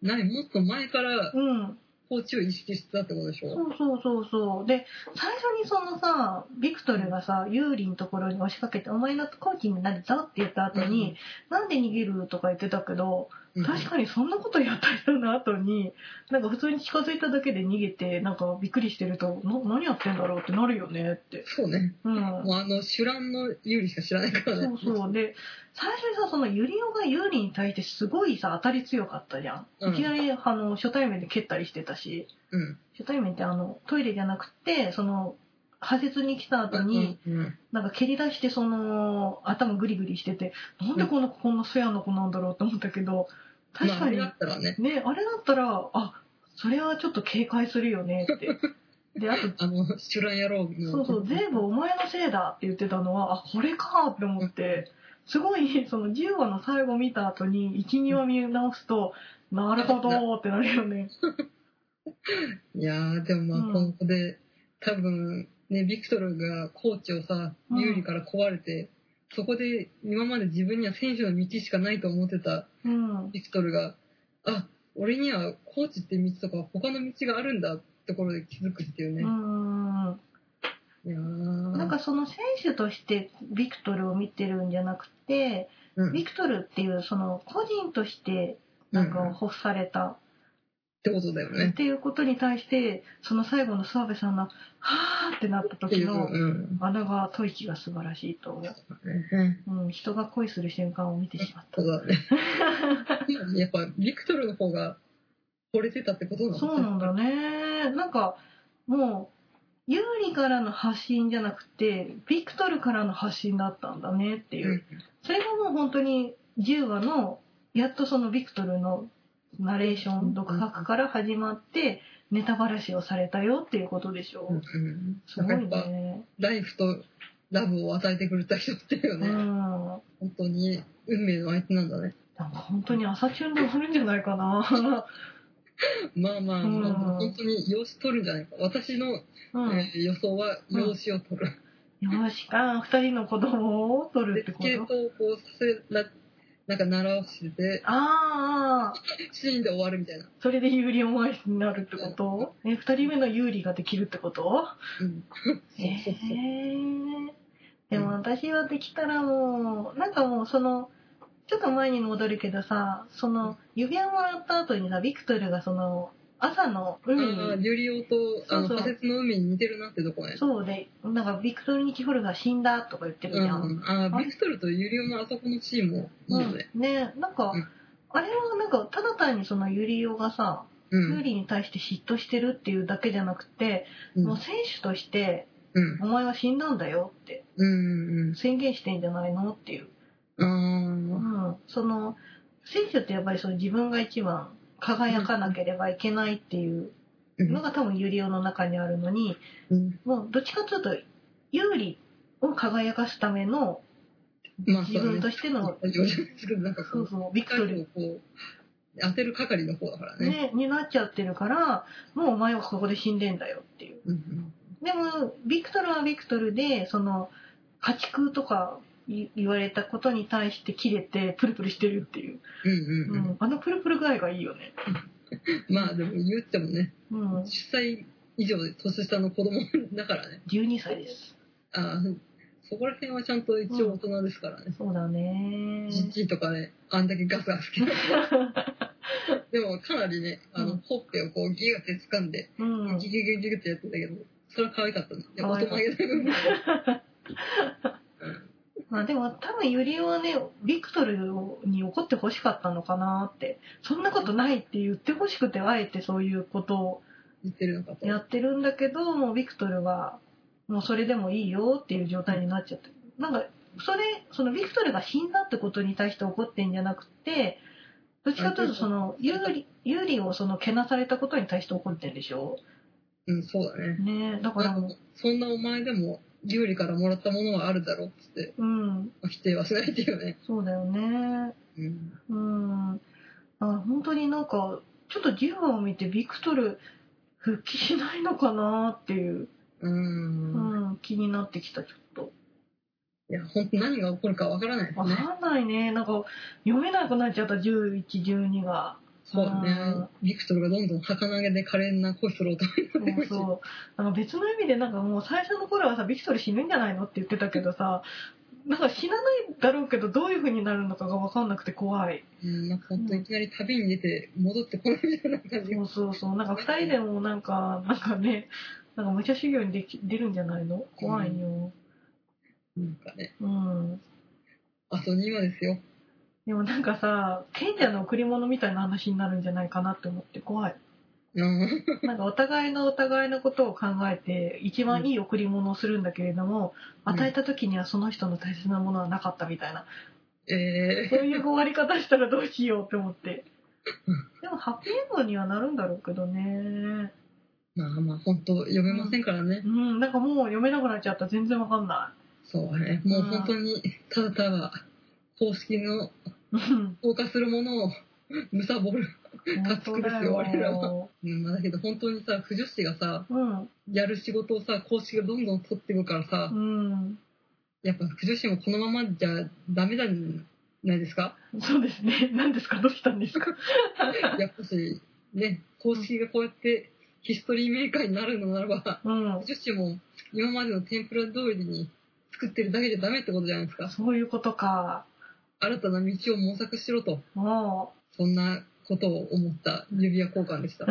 A: ない、もっと前から
B: うん
A: コーチを意識してたってことでしょ。
B: そうそうそうそう。で、最初にそのさ、ビクトルがさ、ユーリのところに押しかけて、お前のコーチになれたって言った後に、なんで逃げるとか言ってたけど、
A: うん
B: 確かにそんなことやった人の後に、なんか普通に近づいただけで逃げて、なんかびっくりしてると、な何やってんだろうってなるよねって。
A: そうね。
B: うん。
A: もうあの、主覧の有利しか知らないからね。
B: そうそう。で、最初にさ、そのユリオがユーリに対してすごいさ、当たり強かったじゃ
A: うん
B: ん。いきなり、あの、初対面で蹴ったりしてたし。
A: うん。
B: 初対面ってあのトイレじゃなくてその派切に来た後に、
A: うんうん
B: なんか蹴り出してその頭グリグリしててなんでこんなこんな素やの子なんだろうと思ったけど確
A: まあ、あ
B: かに、
A: れだったらね、
B: ねあれだったらあそれはちょっと警戒するよね ってであと
A: あの、主覧野郎の。
B: そうそう全部お前のせいだって言ってたのはあこれかって思ってすごいその10話の最後見た後に12話見直すとなるほどーってなるよね。
A: いやー、でもまあ、こ
B: うん
A: の子で、多分、ね、ビクトルがコーチをさ、
B: うん
A: 有利から壊れて、そこで今まで自分には選手の道しかないと思ってた
B: うん
A: ビクトルが、あ、俺にはコーチって道とか他の道があるんだってところで気づくっていう
B: う
A: ね。
B: ん
A: いやな
B: なん、かその選手としてビクトルを見てるんじゃなくて、
A: うん
B: ビクトルっていうその個人としてなんか
A: うんっ
B: 欲された
A: てことだよ
B: っ
A: ね。
B: ていうことに対して、その最後の澤部さんの「はーってなった
A: ってい
B: 時
A: う、う
B: の
A: ん。
B: 穴が吐息が素晴らしいと思
A: うん
B: う、うん、人が恋する瞬間を見てしまっ
A: そ
B: た
A: う。だ ね。やっぱ、ビクトルの方が惚れてたってことなの
B: そうなんだね。なんかもう有利からの発信じゃなくてビクトルからの発信だったんだねっていう。
A: うん
B: それがもう本当に10話のやっとそのビクトルのナレーション独白から始まってネタばらしをされたよっていうことでしょう、
A: うんうん。
B: すごい
A: なんかやっぱ、
B: ね
A: ライフとラブを与えてくれた人っていう
B: う
A: ね、
B: ん
A: 本当に運命の相手なんだね。
B: なんか本当に朝チュンで終わるんじゃないかな
A: まあまあ、
B: うん
A: まあ本当に養子取るんじゃないか。私の、
B: うん
A: えー予想は養子を取る。
B: よしか2人の子供を取る
A: で
B: ってこ
A: 系統をこうさせらなんか習わせて、
B: あーあー、
A: シーンで終わるみたいな。
B: それで有利オンアイスになるってことえ、二人目の有利ができるってこと
A: うん。
B: ええー。でも私はできたらもう、なんかもうその、ちょっと前に戻るけどさ、その、指輪もらった後にさ、ビクトルがその、朝の海に
A: ああ、ジュリオと、あの、
B: そうそう
A: 仮説の海に似てるなってとこね。
B: そうで、なんかビクトル・ニキホルが死んだとか言ってる
A: う
B: じゃん。
A: ん。ああ、ビクトルとユリオのあそこのシーンもいいよね。
B: うんねなんか、
A: うん
B: あれはなんかただ単にそのユリオがさ、
A: う
B: ユ
A: ん。
B: リに対して嫉妬してるっていうだけじゃなくて、
A: う。
B: もうん選手として
A: うん
B: 「お。前は死んだんだよ」って
A: うん。
B: 宣言してんじゃないのっていう、
A: うん。
B: う
A: ああ。
B: ん、その選手ってやっぱりその自分が一番輝かなければいけないっていうのが多分ユリオの中にあるのに
A: うん。
B: もうどっちかというと有利を輝かすための
A: まあ、
B: 自
A: そう
B: 分
A: だ
B: と
A: ね。
B: しての
A: 大丈夫ですけど、なんかこ
B: そう
A: う、
B: そうビクトル
A: をこう、当てる係の方だからね。
B: ね、になっちゃってるからもうお前はここで死んでんだよっていう
A: うん。
B: でもビクトルはビクトルでその家畜とかい言われたことに対して切れてプルプルしてるっていう、
A: うん
B: う
A: うん
B: んあのプルプル具合がいいよね、
A: うん。まあ、でも言ってもね、
B: うん
A: 10、歳以上で年下の子供だからね。
B: 12歳です
A: ああ、そこら辺はちゃんと一応大人ですからね。
B: そうだね
A: じっちいとかね、あんだけガスガス切って。 でもかなりね、あ
B: う
A: の、
B: ん
A: ほっぺをこうギュって掴んで、
B: うん
A: ギュギュギュギュってやってたけど、それは可愛かったね。で
B: 可
A: 大
B: 愛
A: 人
B: かった
A: げた部分。
B: まあでも多分ユリオはねビクトルに怒ってほしかったのかなってそんなことないって言ってほしくてあえてそういうことを
A: 言ってるのかと。
B: やってるんだけどもうビクトルはもうそれでもいいよっていう状態になっちゃってるなんかそれそのビクトルが死んだってことに対して怒ってんじゃなくてどっちかというとその有利有利をそのけなされたことに対して怒ってるでしょ
A: うん、そうだね。
B: ねえだから
A: あ
B: も
A: のそんなお前でも、有利からもらったものはあるだろうっつって、
B: ううん
A: 否定はしないっていうね。
B: そうだよね
A: うん。
B: うんあ本当になんかちょっとジワを見てビクトル復帰しないのかなっていう、
A: う。
B: うんん、気になってきたちょっと。
A: いや、本当何が起こるかわからないです
B: わ
A: ね。
B: かんないね。なんか、読めなくなっちゃった、11、12が。
A: そうだね
B: あ。
A: ビクトルがどんどん儚げで可憐な恋する男
B: そう
A: になってほしい。
B: そう。なんか別の意味で、なんかもう最初の頃はさ、ビクトル死ぬんじゃないのって言ってたけどさ、なんか死なないだろうけど、どういう風になるのかがわかんなくて怖い。
A: うん、なんか本当いきなり旅に出て戻ってこないみたいな感じ
B: そ
A: が。
B: うそうそう。なんか二人でもなんか、なんかね、なんか武者修行にでき出るんじゃないの怖いよ。
A: なんかね、
B: うん。
A: あと2話ですよ。
B: でもなんかさ、賢者の贈り物みたいな話になるんじゃないかなって思っ て怖い。
A: うん。
B: なんかお互いのお互いのことを考えて一番いい贈り物をするんだけれども、
A: うん
B: 与えた時にはその人の大切なものはなかったみたいな、
A: え
B: そういう終わり方したらどうしようって思ってでもハッピーエンドにはなるんだろうけどね
A: ー、まあまあ本当読めませんからね。
B: うんなんかもう読めなくなっちゃった全然わかんな
A: そうね。もう本当に、ただただ、公式の
B: いうん
A: 投下するものを、むさぼる。
B: 本 当だよ
A: ガッツくですよ我らはうん、まあだけど本当にさ、不女子がさ、
B: うん
A: やる仕事をさ、公式がどんどん取っていくからさ、
B: うん
A: やっぱ不女子もこのままじゃダメなんじゃないですか
B: そうですね何ですかどうしたんですか
A: やっぱし、ね、公式がこうやってヒストリーメーカーになるのならば、
B: うん
A: 女子も今までの天ぷら通りに作ってるだけじゃダメってことじゃないですか
B: そういうことか
A: 新たな道を模索しろと
B: も
A: そんなことを思った指輪交換でした
B: う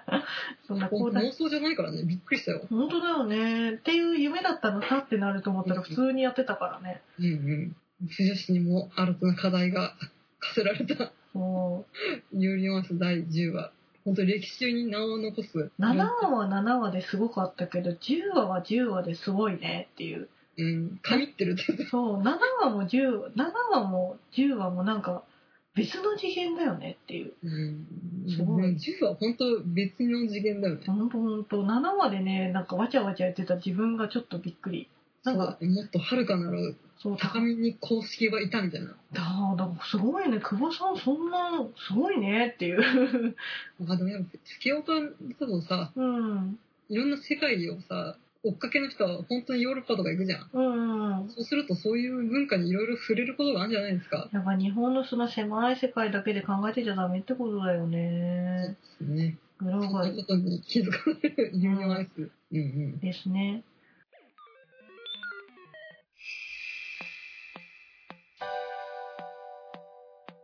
B: そんな
A: ほ
B: 広
A: ん
B: 大
A: 妄想じゃないからねびっくりしたよ
B: 本当だよねっていう夢だったのさってなると思ったら普通にやってたからね
A: うんうん不女子にも新たな課題が課せられた
B: そ
A: ユーリオンアース第10話本当に歴史中に名を残す
B: う7話は7話ですごかったけど10話は10話ですごいねっていう
A: うん神ってるってやつ
B: そう7話も10 7話も10話もなんか別の次元だよねっていう
A: うん
B: すごい
A: 10話本当別の次元だよね
B: 本当本当7話でねなんかわちゃわちゃやってた自分がちょっとびっくりなんか
A: そうもっと遥かなる
B: そう高
A: 高
B: 見
A: みに公式がいたみたいな
B: だだすごいね久保さんそんなすごいねっていう
A: まあでもやっぱ、スケオカだとさ、
B: うん
A: いろんな世界をさ、追っかけの人は本当にヨーロッパとか行くじゃん。
B: うんうん。
A: そうするとそういう文化にいろいろ触れることがあるんじゃないですか。
B: やっぱ日本のその狭い世界だけで考えてちゃダメってことだよ
A: そう
B: ね
A: で。すね。
B: グロ
A: そ
B: ー
A: ん
B: バ
A: な
B: ル
A: ことに気づかれるユニアイス。うんうん。
B: ですね。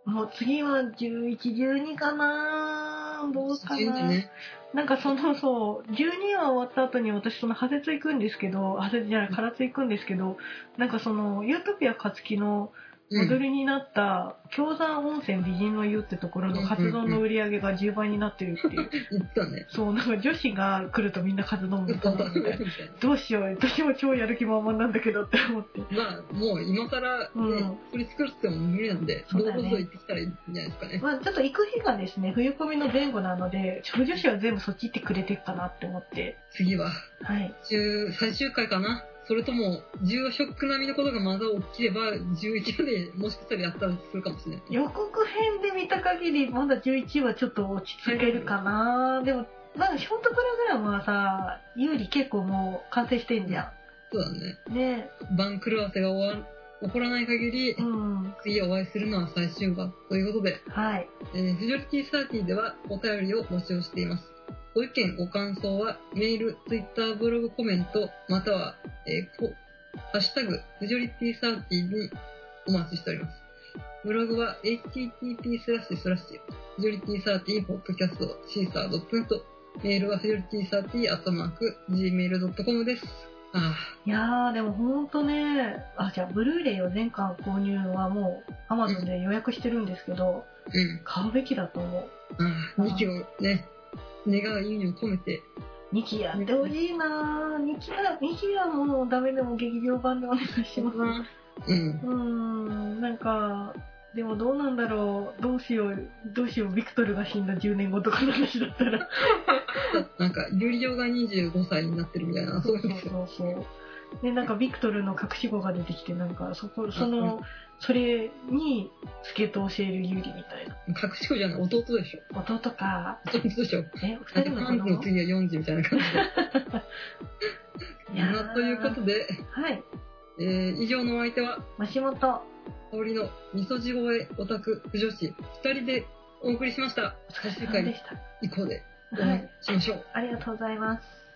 B: もう次は11、12かなどうか
A: 順次
B: な、
A: ね。
B: なんかそのそう、12話終わった後に私その破絶行くんですけど、破絶じゃない、唐津行くんですけど、なんかその、ユートピア勝樹の
A: う
B: モデ
A: ん。
B: ルになった京山温泉美人の湯ってところのカツ丼の売り上げが10倍になってるっていう。
A: 言ってたね。
B: そう、なんか女子が来るとみんなカツ
A: 言
B: 丼ぶ
A: っ
B: って
A: た
B: 頼
A: ね
B: むみ たいな。どうしよう、私も超やる気満々なんだけどって思って。
A: まあ、もう今更ね、
B: うん
A: それ作るっても無理なんで、
B: そう
A: ど
B: だ
A: う
B: ね
A: ぞ行ってきたらいいんじゃないですかね。
B: まあちょっと行く日がですね、冬込みの前後なので、ちょ女子は全部そっち行ってくれてっかなって思って。
A: 次は、
B: はい。
A: 中最終回かな。それとも、重ショック並みのことがまだ起きれば、11話でもしかしたらやったりするかもしれない。
B: 予告編で見た限り、まだ11はちょっと落ち着けるかなでも、まだショートプログラムはさ、有利結構もう完成してんじゃ
A: そうだね。
B: ん。ね
A: 番狂わせが終わ起こらない限り、
B: うん。
A: 次お会いするのは最終話ということで、
B: はい。
A: えー、フジョリティサーティではお便りを募集しています。ご意見、ご感想は、メール、ツイッター、ブログ、コメント、または、えーこハッシュタグ、フジョリティサーティにお待ちしております。ブログは、http スラッシュスラッシュ、フジョリティサーティポッドキャスト、シーサー .net、メールは、フジョリティサーティアットマーク、gmail.com です。あ
B: いやーでもほんとね、あ、じゃあ、ブルーレイを全巻購入はもう、アマゾンで予約してるんですけど、
A: あ、うん、
B: 買うべきだと思う。
A: ああ、2期をね、願う意味を込めて、
B: 2期やってほしいなー。2期は、2期はもうダメでも劇場版でお願いします。う
A: うん。
B: ーん、なんか、でもどうなんだろう。どうしよう、どうしよう、ビクトルが死んだ10年後とかの話だったら。
A: なんか、ユリオが25歳になってるみたいな、そういうこと
B: そうそう。で、なんかビクトルの隠し子が出てきて、なんか、そこ、その、それに、助っ人を教える有利みたいな。
A: 隠し子じゃない、弟でしょ。
B: 弟か、
A: 弟でしょ。
B: え、
A: な
B: 二
A: ん
B: 人
A: か
B: の
A: パン
B: 子
A: ツの
B: 供
A: 次は40みたいな感じで。
B: いやー
A: まあということで、
B: はい。
A: えー以上のお相手は、
B: マシモト、
A: 香りの味噌地声オタク不女子2人でお送りしました。
B: お疲
A: 最終
B: れ様で
A: 回
B: した。
A: 以降でお
B: は
A: 会い
B: い。
A: しましょう。
B: ありがとうございます。